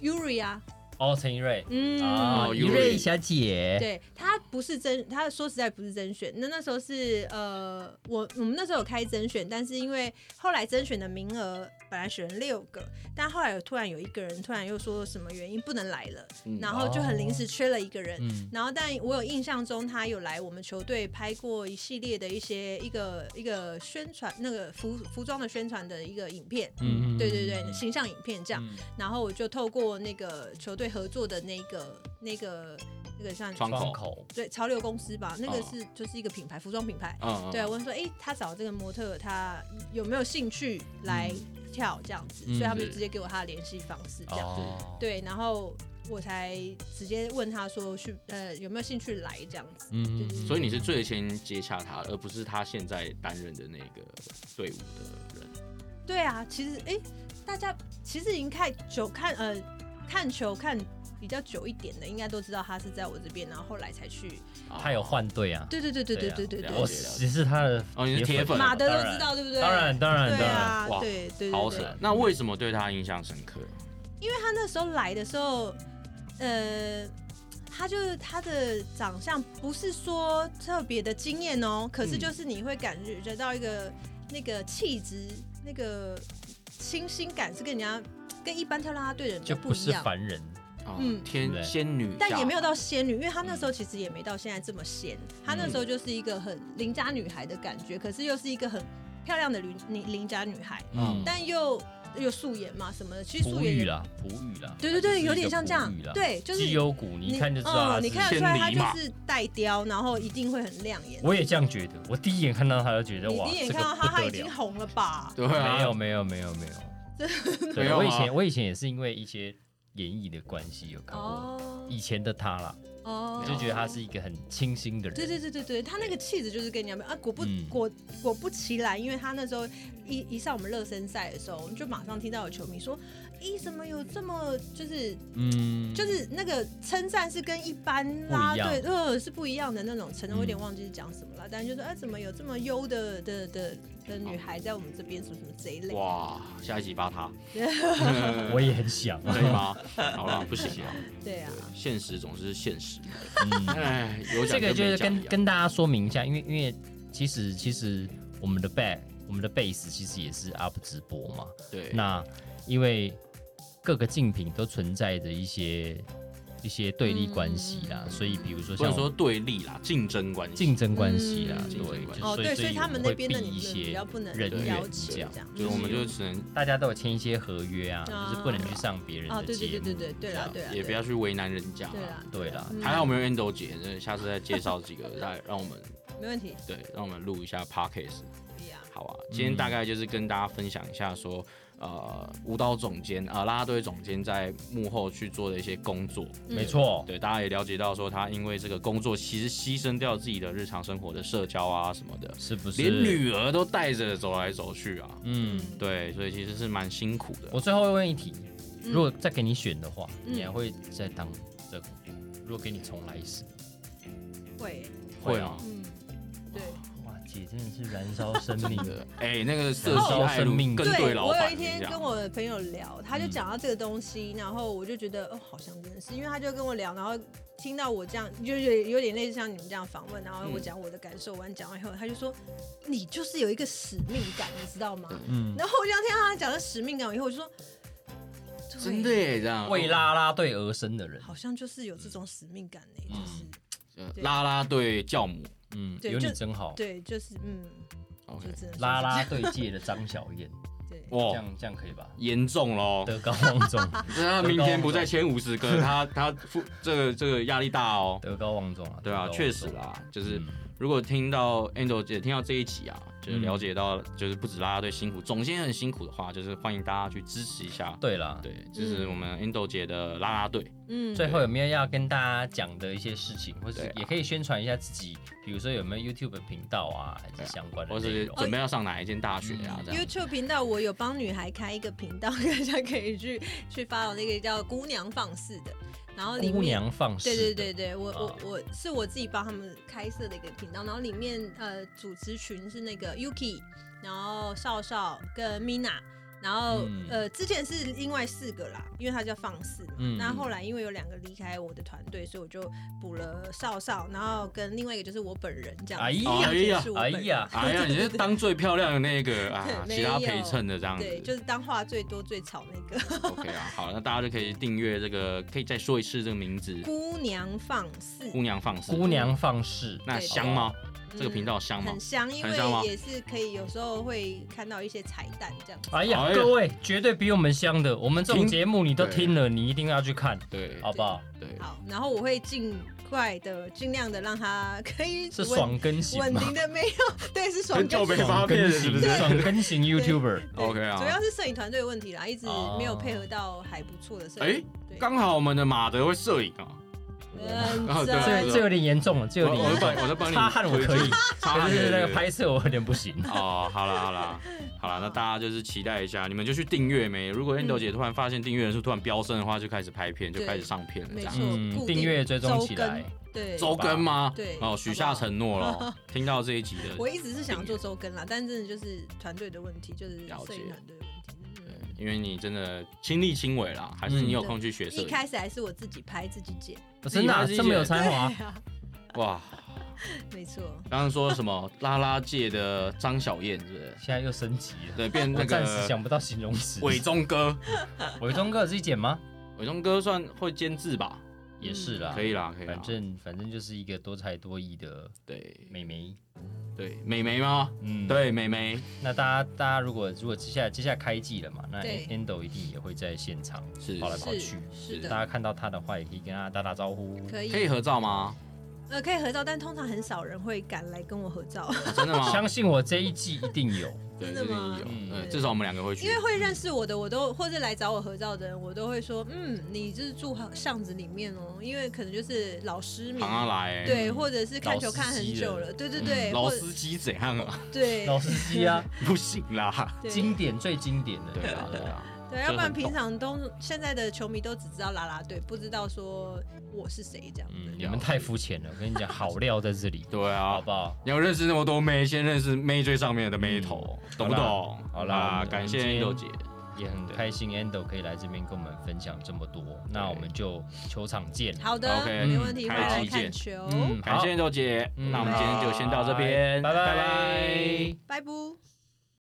Speaker 3: ，Yuri 啊，
Speaker 2: 哦，陈怡瑞。
Speaker 3: 嗯，
Speaker 2: 啊，
Speaker 1: 哦
Speaker 2: 怡瑞小姐。
Speaker 3: 对他不是甄，他说实在不是甄选。那那时候是呃，我我们那时候有开甄选，但是因为后来甄选的名额本来选六个，但后来有突然有一个人突然又说什么原因不能来了，
Speaker 1: 嗯
Speaker 3: 然后就很临时缺了一个人。
Speaker 2: 哦嗯，
Speaker 3: 然后，但我有印象中，他有来我们球队拍过一系列的一些一个一个宣传，那个服服装的宣传的一个影片，
Speaker 2: 嗯
Speaker 3: 对对对，形象影片这样。
Speaker 2: 嗯
Speaker 3: 然后我就透过那个球队合作的那个那个那个像
Speaker 1: 窗口
Speaker 2: 窗口。
Speaker 3: 对潮流公司吧，那个
Speaker 1: 哦
Speaker 3: 是、就是一个品牌，服装品牌。
Speaker 2: 哦
Speaker 1: 嗯，嗯
Speaker 3: 对，我问说，哎、他找这个模特，他有没有兴趣来跳这样子？
Speaker 2: 嗯
Speaker 3: 所以他们
Speaker 1: 是
Speaker 3: 就直接给我他的联系方式这样。
Speaker 2: 哦。
Speaker 3: 对，然后我才直接问他说去呃有没有兴趣来这样子。
Speaker 2: 嗯
Speaker 3: 对
Speaker 1: 所以你是最先接洽他的，而不是他现在担任的那个队伍的人。
Speaker 3: 对啊，其实哎、诶大家其实已经看球看呃看球看比较久一点的，应该都知道他是在我这边，然后后来才去。
Speaker 2: 他有换队啊，
Speaker 3: 对对对对对对对
Speaker 1: 对啊
Speaker 2: 我
Speaker 1: 了
Speaker 3: 对，
Speaker 1: 解了解
Speaker 2: 只哦是他的
Speaker 1: 哦你是铁粉
Speaker 3: 马德
Speaker 2: 当
Speaker 3: 都
Speaker 2: 然
Speaker 3: 知道，对不对？
Speaker 2: 当然当然
Speaker 3: 对
Speaker 2: 当然，
Speaker 3: 啊，
Speaker 1: 哇
Speaker 3: 对对对
Speaker 1: 好
Speaker 3: 对
Speaker 1: 扯。那为什么对他印象深刻？
Speaker 3: 因为他那时候来的时候，呃，他就是他的长相不是说特别的惊艳哦，可是
Speaker 1: 嗯
Speaker 3: 就是你会感觉得到一个、那个气质、那个清新感是跟人家跟一般跳啦啦队的人
Speaker 2: 就
Speaker 3: 都
Speaker 2: 不
Speaker 3: 一
Speaker 2: 是
Speaker 3: 样。
Speaker 2: 凡人，
Speaker 1: 哦
Speaker 3: 嗯
Speaker 1: 天
Speaker 2: 对
Speaker 1: 仙女下凡，
Speaker 3: 但也没有到仙女，因为她
Speaker 2: 嗯
Speaker 3: 那时候其实也没到现在这么仙，她那时候就是一个很邻家女孩的感觉，可是又是一个很漂亮的邻邻邻家女孩，
Speaker 1: 嗯
Speaker 3: 但又又素颜嘛什么的，其实素
Speaker 2: 璞
Speaker 3: 颜
Speaker 2: 玉
Speaker 3: 也
Speaker 2: 啦，璞玉啦，
Speaker 3: 对对对，有点像这样
Speaker 2: 璞玉啦，
Speaker 3: 对，就是
Speaker 2: 绩优股，你一看就知道他
Speaker 3: 嗯，你
Speaker 2: 是
Speaker 3: 看得出来他
Speaker 1: 天理嘛
Speaker 3: 就是带雕，然后一定会很亮眼。
Speaker 2: 我也这样觉得，我第一眼看到他就觉得
Speaker 3: 你
Speaker 2: 哇，
Speaker 3: 第一眼
Speaker 2: 这
Speaker 3: 看到
Speaker 2: 个
Speaker 3: 他，
Speaker 2: 不
Speaker 3: 他
Speaker 2: 得
Speaker 3: 已经
Speaker 2: 了。
Speaker 3: 红了吧？
Speaker 1: 对啊，
Speaker 2: 没有没有没有 没有，啊
Speaker 1: 没
Speaker 2: 对
Speaker 1: 有
Speaker 2: 我以
Speaker 1: 吗
Speaker 2: 前我以前也是因为一些演艺的关系有看过
Speaker 3: 哦
Speaker 2: 以前的他啦，
Speaker 3: 哦
Speaker 2: 就觉得他是一个很清新的人。
Speaker 3: 对对对对对，他那个气质就是跟你讲啊，果不、
Speaker 2: 嗯
Speaker 3: 果果不其然，因为他那时候一一上我们热身赛的时候，我们就马上听到有球迷说：“咦，怎么有这么就是
Speaker 2: 嗯，
Speaker 3: 就是那个称赞是跟一般啦
Speaker 2: 不一样
Speaker 3: 队呃是不一样的那种称赞，
Speaker 2: 嗯
Speaker 3: 我有点忘记是讲什么了，但是就是哎、怎么有这么优的的的的女孩在我们这边什么什么这一类，
Speaker 1: 哇，下一集扒他，
Speaker 2: 我也很想啊
Speaker 1: 可以吗？ 好了，不行啊，
Speaker 3: 对啊，
Speaker 1: 现实总是现实。
Speaker 2: 嗯
Speaker 1: 哎，有
Speaker 2: 这
Speaker 1: 奖
Speaker 2: 个
Speaker 1: 跟
Speaker 2: 就是
Speaker 1: 没奖
Speaker 2: 跟
Speaker 1: 一样。
Speaker 2: 跟大家说明一下，因为因为其实其实我们的 back 我们的 base 其实也是 up 直播嘛，
Speaker 1: 对，
Speaker 2: 那因为各个竞品都存在着一些一些对立关系啦，
Speaker 3: 嗯
Speaker 2: 所以比如说
Speaker 1: 或者
Speaker 2: 像
Speaker 1: 说对立啦，竞争关系。
Speaker 2: 竞争关系啦，
Speaker 3: 嗯
Speaker 2: 对，
Speaker 1: 竞争关系
Speaker 2: 就
Speaker 3: 哦，
Speaker 2: 所所
Speaker 3: 对，所以他们
Speaker 2: 我
Speaker 3: 那
Speaker 2: 会
Speaker 3: 边
Speaker 2: 避
Speaker 3: 的
Speaker 2: 一
Speaker 3: 你们比
Speaker 2: 些
Speaker 3: 较不能
Speaker 2: 人
Speaker 3: 了
Speaker 2: 员
Speaker 3: 解
Speaker 2: 这样，嗯
Speaker 3: 样，嗯
Speaker 1: 就是我们就只能
Speaker 2: 大家都有签一些合约啊，
Speaker 3: 啊
Speaker 2: 就是不能去上别人
Speaker 3: 哦，
Speaker 2: 的
Speaker 3: 对对
Speaker 2: 节
Speaker 3: 对
Speaker 2: 目，
Speaker 3: 对对对
Speaker 2: 这
Speaker 3: 啦
Speaker 2: 样
Speaker 3: 对啦，
Speaker 1: 也不要去为难人家
Speaker 3: 对
Speaker 1: 啦。
Speaker 3: 啦，
Speaker 2: 啊对啊啦，
Speaker 3: 嗯
Speaker 1: 还好我们有 Endo 姐，真的下次再介绍几个， 再让我们
Speaker 3: 没问题，
Speaker 1: 对，让我们录一下 Podcast。
Speaker 3: 对呀，
Speaker 1: 好啊，今天大概就是跟大家分享一下说，呃，舞蹈总监啊、呃，啦啦队总监在幕后去做的一些工作。
Speaker 2: 没错，
Speaker 1: 对，大家也了解到说，他因为这个工作，其实牺牲掉自己的日常生活的社交啊什么的，
Speaker 2: 是不是？
Speaker 1: 连女儿都带着走来走去啊。
Speaker 2: 嗯，
Speaker 3: 嗯，
Speaker 1: 对，所以其实是蛮辛苦的。
Speaker 2: 我最后会问一题，
Speaker 3: 嗯
Speaker 2: 如果再给你选的话，
Speaker 3: 嗯
Speaker 2: 你还会再当这个？如果给你重来一次，
Speaker 3: 会，
Speaker 1: 会啊，
Speaker 3: 嗯，对。
Speaker 2: 哇，姐真的是燃烧生命 的，
Speaker 1: 哎、那个色系爱
Speaker 2: 生
Speaker 1: 路
Speaker 2: 命
Speaker 1: 跟对老
Speaker 3: 我有
Speaker 1: 板
Speaker 3: 一
Speaker 1: 跟你
Speaker 3: 天
Speaker 1: 讲
Speaker 3: 跟我的朋友聊，他
Speaker 2: 嗯
Speaker 3: 就讲到这个东西，然后我就觉得哦，好像真的是，因为他就跟我聊，然后听到我这样，就是有有点类似像你们这样访问，然后我
Speaker 1: 嗯
Speaker 3: 讲我的感受完，讲完以后，他就说你就是有一个使命感，你知道吗？
Speaker 2: 嗯，
Speaker 3: 然后我就听到他讲的使命感以后，我就说，对
Speaker 1: 真的耶，这样
Speaker 2: 为啦啦队而生的人，
Speaker 3: 好像就是有这种使命感呢、就是、
Speaker 1: 呃拉拉队教母
Speaker 2: 嗯，
Speaker 3: 对
Speaker 2: 有你
Speaker 3: 就
Speaker 2: 真好，
Speaker 3: 对，就是嗯，
Speaker 1: ，OK，
Speaker 3: 就只能说
Speaker 2: 啦
Speaker 3: 是哦这
Speaker 2: 啦队
Speaker 3: 样
Speaker 2: 界的张小 燕，
Speaker 3: 对，
Speaker 2: 这
Speaker 1: 哇，
Speaker 2: 样这样可以吧？
Speaker 1: 严重喽！
Speaker 2: 德高望 重，
Speaker 1: 那他明天不再签五十个，他他负这个这个压力大哦。
Speaker 2: 德高望重啊，
Speaker 1: 对啊，
Speaker 2: 德高望重
Speaker 1: 确实，啦，就是
Speaker 2: 嗯
Speaker 1: 如果听到 Angel 姐听到这一集啊，就是了解到就是不止啦啦队辛苦，总监很辛苦的话，就是欢迎大家去支持一下，
Speaker 2: 对啦。
Speaker 1: 对，支持我们 Angel 姐的啦啦队。
Speaker 3: 嗯，
Speaker 2: 最后有没有要跟大家讲的一些事情，或
Speaker 1: 对
Speaker 2: 是
Speaker 1: 啊
Speaker 2: 也可以宣传一下自己，比如说有没有 YouTube 频道啊，还是相关的
Speaker 1: 或
Speaker 2: 内
Speaker 1: 是
Speaker 2: 容？
Speaker 1: 准备要上哪一间大学啊？这样
Speaker 3: 嗯 YouTube 频道我有帮女孩开一个频道， 大家可以去去发我那个叫“姑娘放肆”的，然后里
Speaker 2: 姑
Speaker 3: 面。
Speaker 2: 娘放肆
Speaker 3: 对
Speaker 2: 的，
Speaker 3: 对对对，我
Speaker 2: 啊
Speaker 3: 我我是我自己帮他们开设的一个频道，然后里面呃主持群是那个 Yuki，然后少少跟 Mina，然后、
Speaker 2: 嗯
Speaker 3: 呃之前是另外四个啦，因为他叫放肆嘛，
Speaker 2: 嗯
Speaker 3: 那后来因为有两个离开我的团队，所以我就补了少少，然后跟另外一个就是我本人这样
Speaker 2: 哎
Speaker 3: 子，
Speaker 2: 呀
Speaker 3: 两个就是我
Speaker 2: 哎
Speaker 3: 本人
Speaker 2: 呀，
Speaker 1: 哎呀，你是当最漂亮的那个啊，
Speaker 3: 没
Speaker 1: 其
Speaker 3: 有
Speaker 1: 他陪衬的这样子。
Speaker 3: 对，就是当话最多最吵那个。
Speaker 1: OK 啊，好，那大家就可以订阅这个，可以再说一次这个名字
Speaker 3: 姑娘放
Speaker 1: “
Speaker 3: 肆
Speaker 1: 姑，娘放肆”。
Speaker 2: 姑娘放肆，
Speaker 1: 那
Speaker 3: 对
Speaker 1: 香吗？
Speaker 3: 嗯
Speaker 1: 这个频道香吗
Speaker 3: 很？香，因
Speaker 1: 很香吗
Speaker 3: 为也是可以有时候会看到一些彩蛋这样子。
Speaker 2: 哎呀，
Speaker 1: 哎呀
Speaker 2: 各位绝对比我们香的，我们这种
Speaker 1: 听
Speaker 2: 节目你都听了，你一定要去看，
Speaker 1: 对
Speaker 2: 好不好？
Speaker 1: 对，
Speaker 3: 好，然后我会尽快的、尽量的让它可以
Speaker 2: 是
Speaker 3: 稳
Speaker 2: 爽更型
Speaker 3: 稳
Speaker 2: 吗？
Speaker 3: 定的，没有，对，是爽
Speaker 1: 很久
Speaker 3: 更
Speaker 1: 没
Speaker 3: 新
Speaker 1: 发
Speaker 2: 爽
Speaker 1: 片
Speaker 2: 更
Speaker 1: 了是不
Speaker 2: 型，
Speaker 1: 是
Speaker 2: 爽更型 YouTuber，
Speaker 3: 对
Speaker 1: OK 啊
Speaker 3: 主要是摄影团队的问题啦，一直
Speaker 2: 哦
Speaker 3: 没有配合到还不错的摄
Speaker 1: 哎
Speaker 3: 影。对，
Speaker 1: 刚好我们的马德会摄影啊，播嘛。
Speaker 3: 嗯，
Speaker 4: 啊对啊
Speaker 2: 这
Speaker 4: 对啊
Speaker 2: 这有点严重了，这有
Speaker 1: 我
Speaker 2: 点
Speaker 1: 我
Speaker 2: 严
Speaker 1: 会
Speaker 2: 重
Speaker 1: 帮。你，我在帮你
Speaker 2: 擦汗我
Speaker 1: 推
Speaker 2: 可以
Speaker 1: 荐，擦
Speaker 2: 可
Speaker 1: 汗
Speaker 2: 是那
Speaker 1: 对
Speaker 2: 个
Speaker 1: 对
Speaker 2: 拍摄我有点不 行。
Speaker 1: 哦，好啦好啦好啦，那大家就是期待一下，你们就去订阅没？如
Speaker 3: 嗯
Speaker 1: 果 Endo 姐突然发现订阅人数突然飙升的话，就开始拍片，就
Speaker 3: 对
Speaker 1: 开始上片了，这
Speaker 3: 没
Speaker 1: 样
Speaker 3: 错。
Speaker 2: 嗯
Speaker 3: 固定
Speaker 2: 订阅追踪起来
Speaker 3: 周更对，
Speaker 1: 周更吗？
Speaker 3: 对
Speaker 1: 哦，许下承诺 了，听到这一集的，
Speaker 3: 我一直是想做周更啦，但真的就是团队的问题，就是摄影团队的问题。嗯
Speaker 1: 因为你真的亲力亲为啦，还是你有空去学摄
Speaker 3: 一
Speaker 1: 影？
Speaker 3: 开始还是我自己拍自己剪，
Speaker 2: 真的啊
Speaker 1: 自己拍自己
Speaker 2: 这么有
Speaker 1: 剪
Speaker 2: 才华，
Speaker 3: 对啊，
Speaker 1: 哇，
Speaker 3: 没错，
Speaker 1: 刚刚说什么拉拉界的张小燕是不是？
Speaker 2: 现在又升级了。
Speaker 1: 对，变
Speaker 2: 我
Speaker 1: 那
Speaker 2: 暂时
Speaker 1: 个
Speaker 2: 想不到形容词。
Speaker 1: 伟忠哥，
Speaker 2: 伟忠哥有自己剪吗？
Speaker 1: 伟忠哥算会监制吧？
Speaker 2: 也是啦，
Speaker 1: 嗯可以啦，可以啦
Speaker 2: 反。正反正就是一个多才多艺的
Speaker 1: 对
Speaker 2: 美眉。
Speaker 1: 对，美眉吗？
Speaker 2: 嗯，。
Speaker 1: 对，美眉
Speaker 2: 那大家大家如果如果接下来接下来开季了嘛，那
Speaker 3: 对
Speaker 2: Endo 一定也会在现场
Speaker 1: 是
Speaker 2: 跑来跑
Speaker 3: 是
Speaker 2: 去。
Speaker 3: 是
Speaker 2: 大家
Speaker 3: 的，
Speaker 2: 看到他的话，也可以跟他打打招呼。
Speaker 3: 可
Speaker 1: 可以
Speaker 3: 以，
Speaker 1: 合照吗？
Speaker 3: 呃，可以合照，但通常很少人会敢来跟我合照，
Speaker 1: 啊真的 吗？
Speaker 2: 相信我，这一季一定有。
Speaker 1: 对，
Speaker 3: 真
Speaker 1: 这
Speaker 3: 的
Speaker 1: 里
Speaker 3: 吗
Speaker 1: 有，
Speaker 2: 嗯
Speaker 1: 对，
Speaker 3: 对
Speaker 1: 至少我们两个会去
Speaker 3: 因为。会认识我的，我都或者来找我合照的人，我都会说，嗯，你就是住巷子里面哦，因为可能就是老师迷
Speaker 1: 行，啊来，
Speaker 3: 对，或者是看
Speaker 2: 老
Speaker 3: 球
Speaker 2: 司
Speaker 3: 看很
Speaker 2: 机
Speaker 3: 久
Speaker 2: 了
Speaker 3: 了，对对
Speaker 1: 嗯
Speaker 3: 对，
Speaker 1: 老
Speaker 3: 或
Speaker 1: 司机怎样啊？
Speaker 3: 对
Speaker 2: 老司机啊，
Speaker 1: 不行啦，
Speaker 3: 对
Speaker 2: 经典最经典的。
Speaker 1: 对啊对啊，
Speaker 3: 对，要不然平常都现在的球迷都只知道啦啦队，不知道说我是谁这样子。
Speaker 2: 嗯，你们太肤浅了，我跟你讲，好料在这里，
Speaker 1: 对
Speaker 2: 好
Speaker 1: 啊
Speaker 2: 不。好？
Speaker 1: 你要认识那么多妹，先认识妹最上面的妹头，懂不懂？
Speaker 2: 嗯好啦我
Speaker 1: 啊
Speaker 2: 们
Speaker 1: 感谢
Speaker 2: 今天
Speaker 1: Angel 姐，
Speaker 2: 也很开心，Endo 可以来这边跟我们分享这么多。那我们就球场见。
Speaker 3: 好的
Speaker 1: OK，
Speaker 3: 没问题，
Speaker 1: 嗯
Speaker 3: 快来
Speaker 1: 开机见
Speaker 3: 看球，
Speaker 2: 嗯，
Speaker 1: 感
Speaker 2: 好
Speaker 1: 谢 Angel 姐。
Speaker 2: 嗯
Speaker 1: 那我们今天就先到这边，
Speaker 2: 拜拜
Speaker 1: 拜拜
Speaker 3: 拜拜。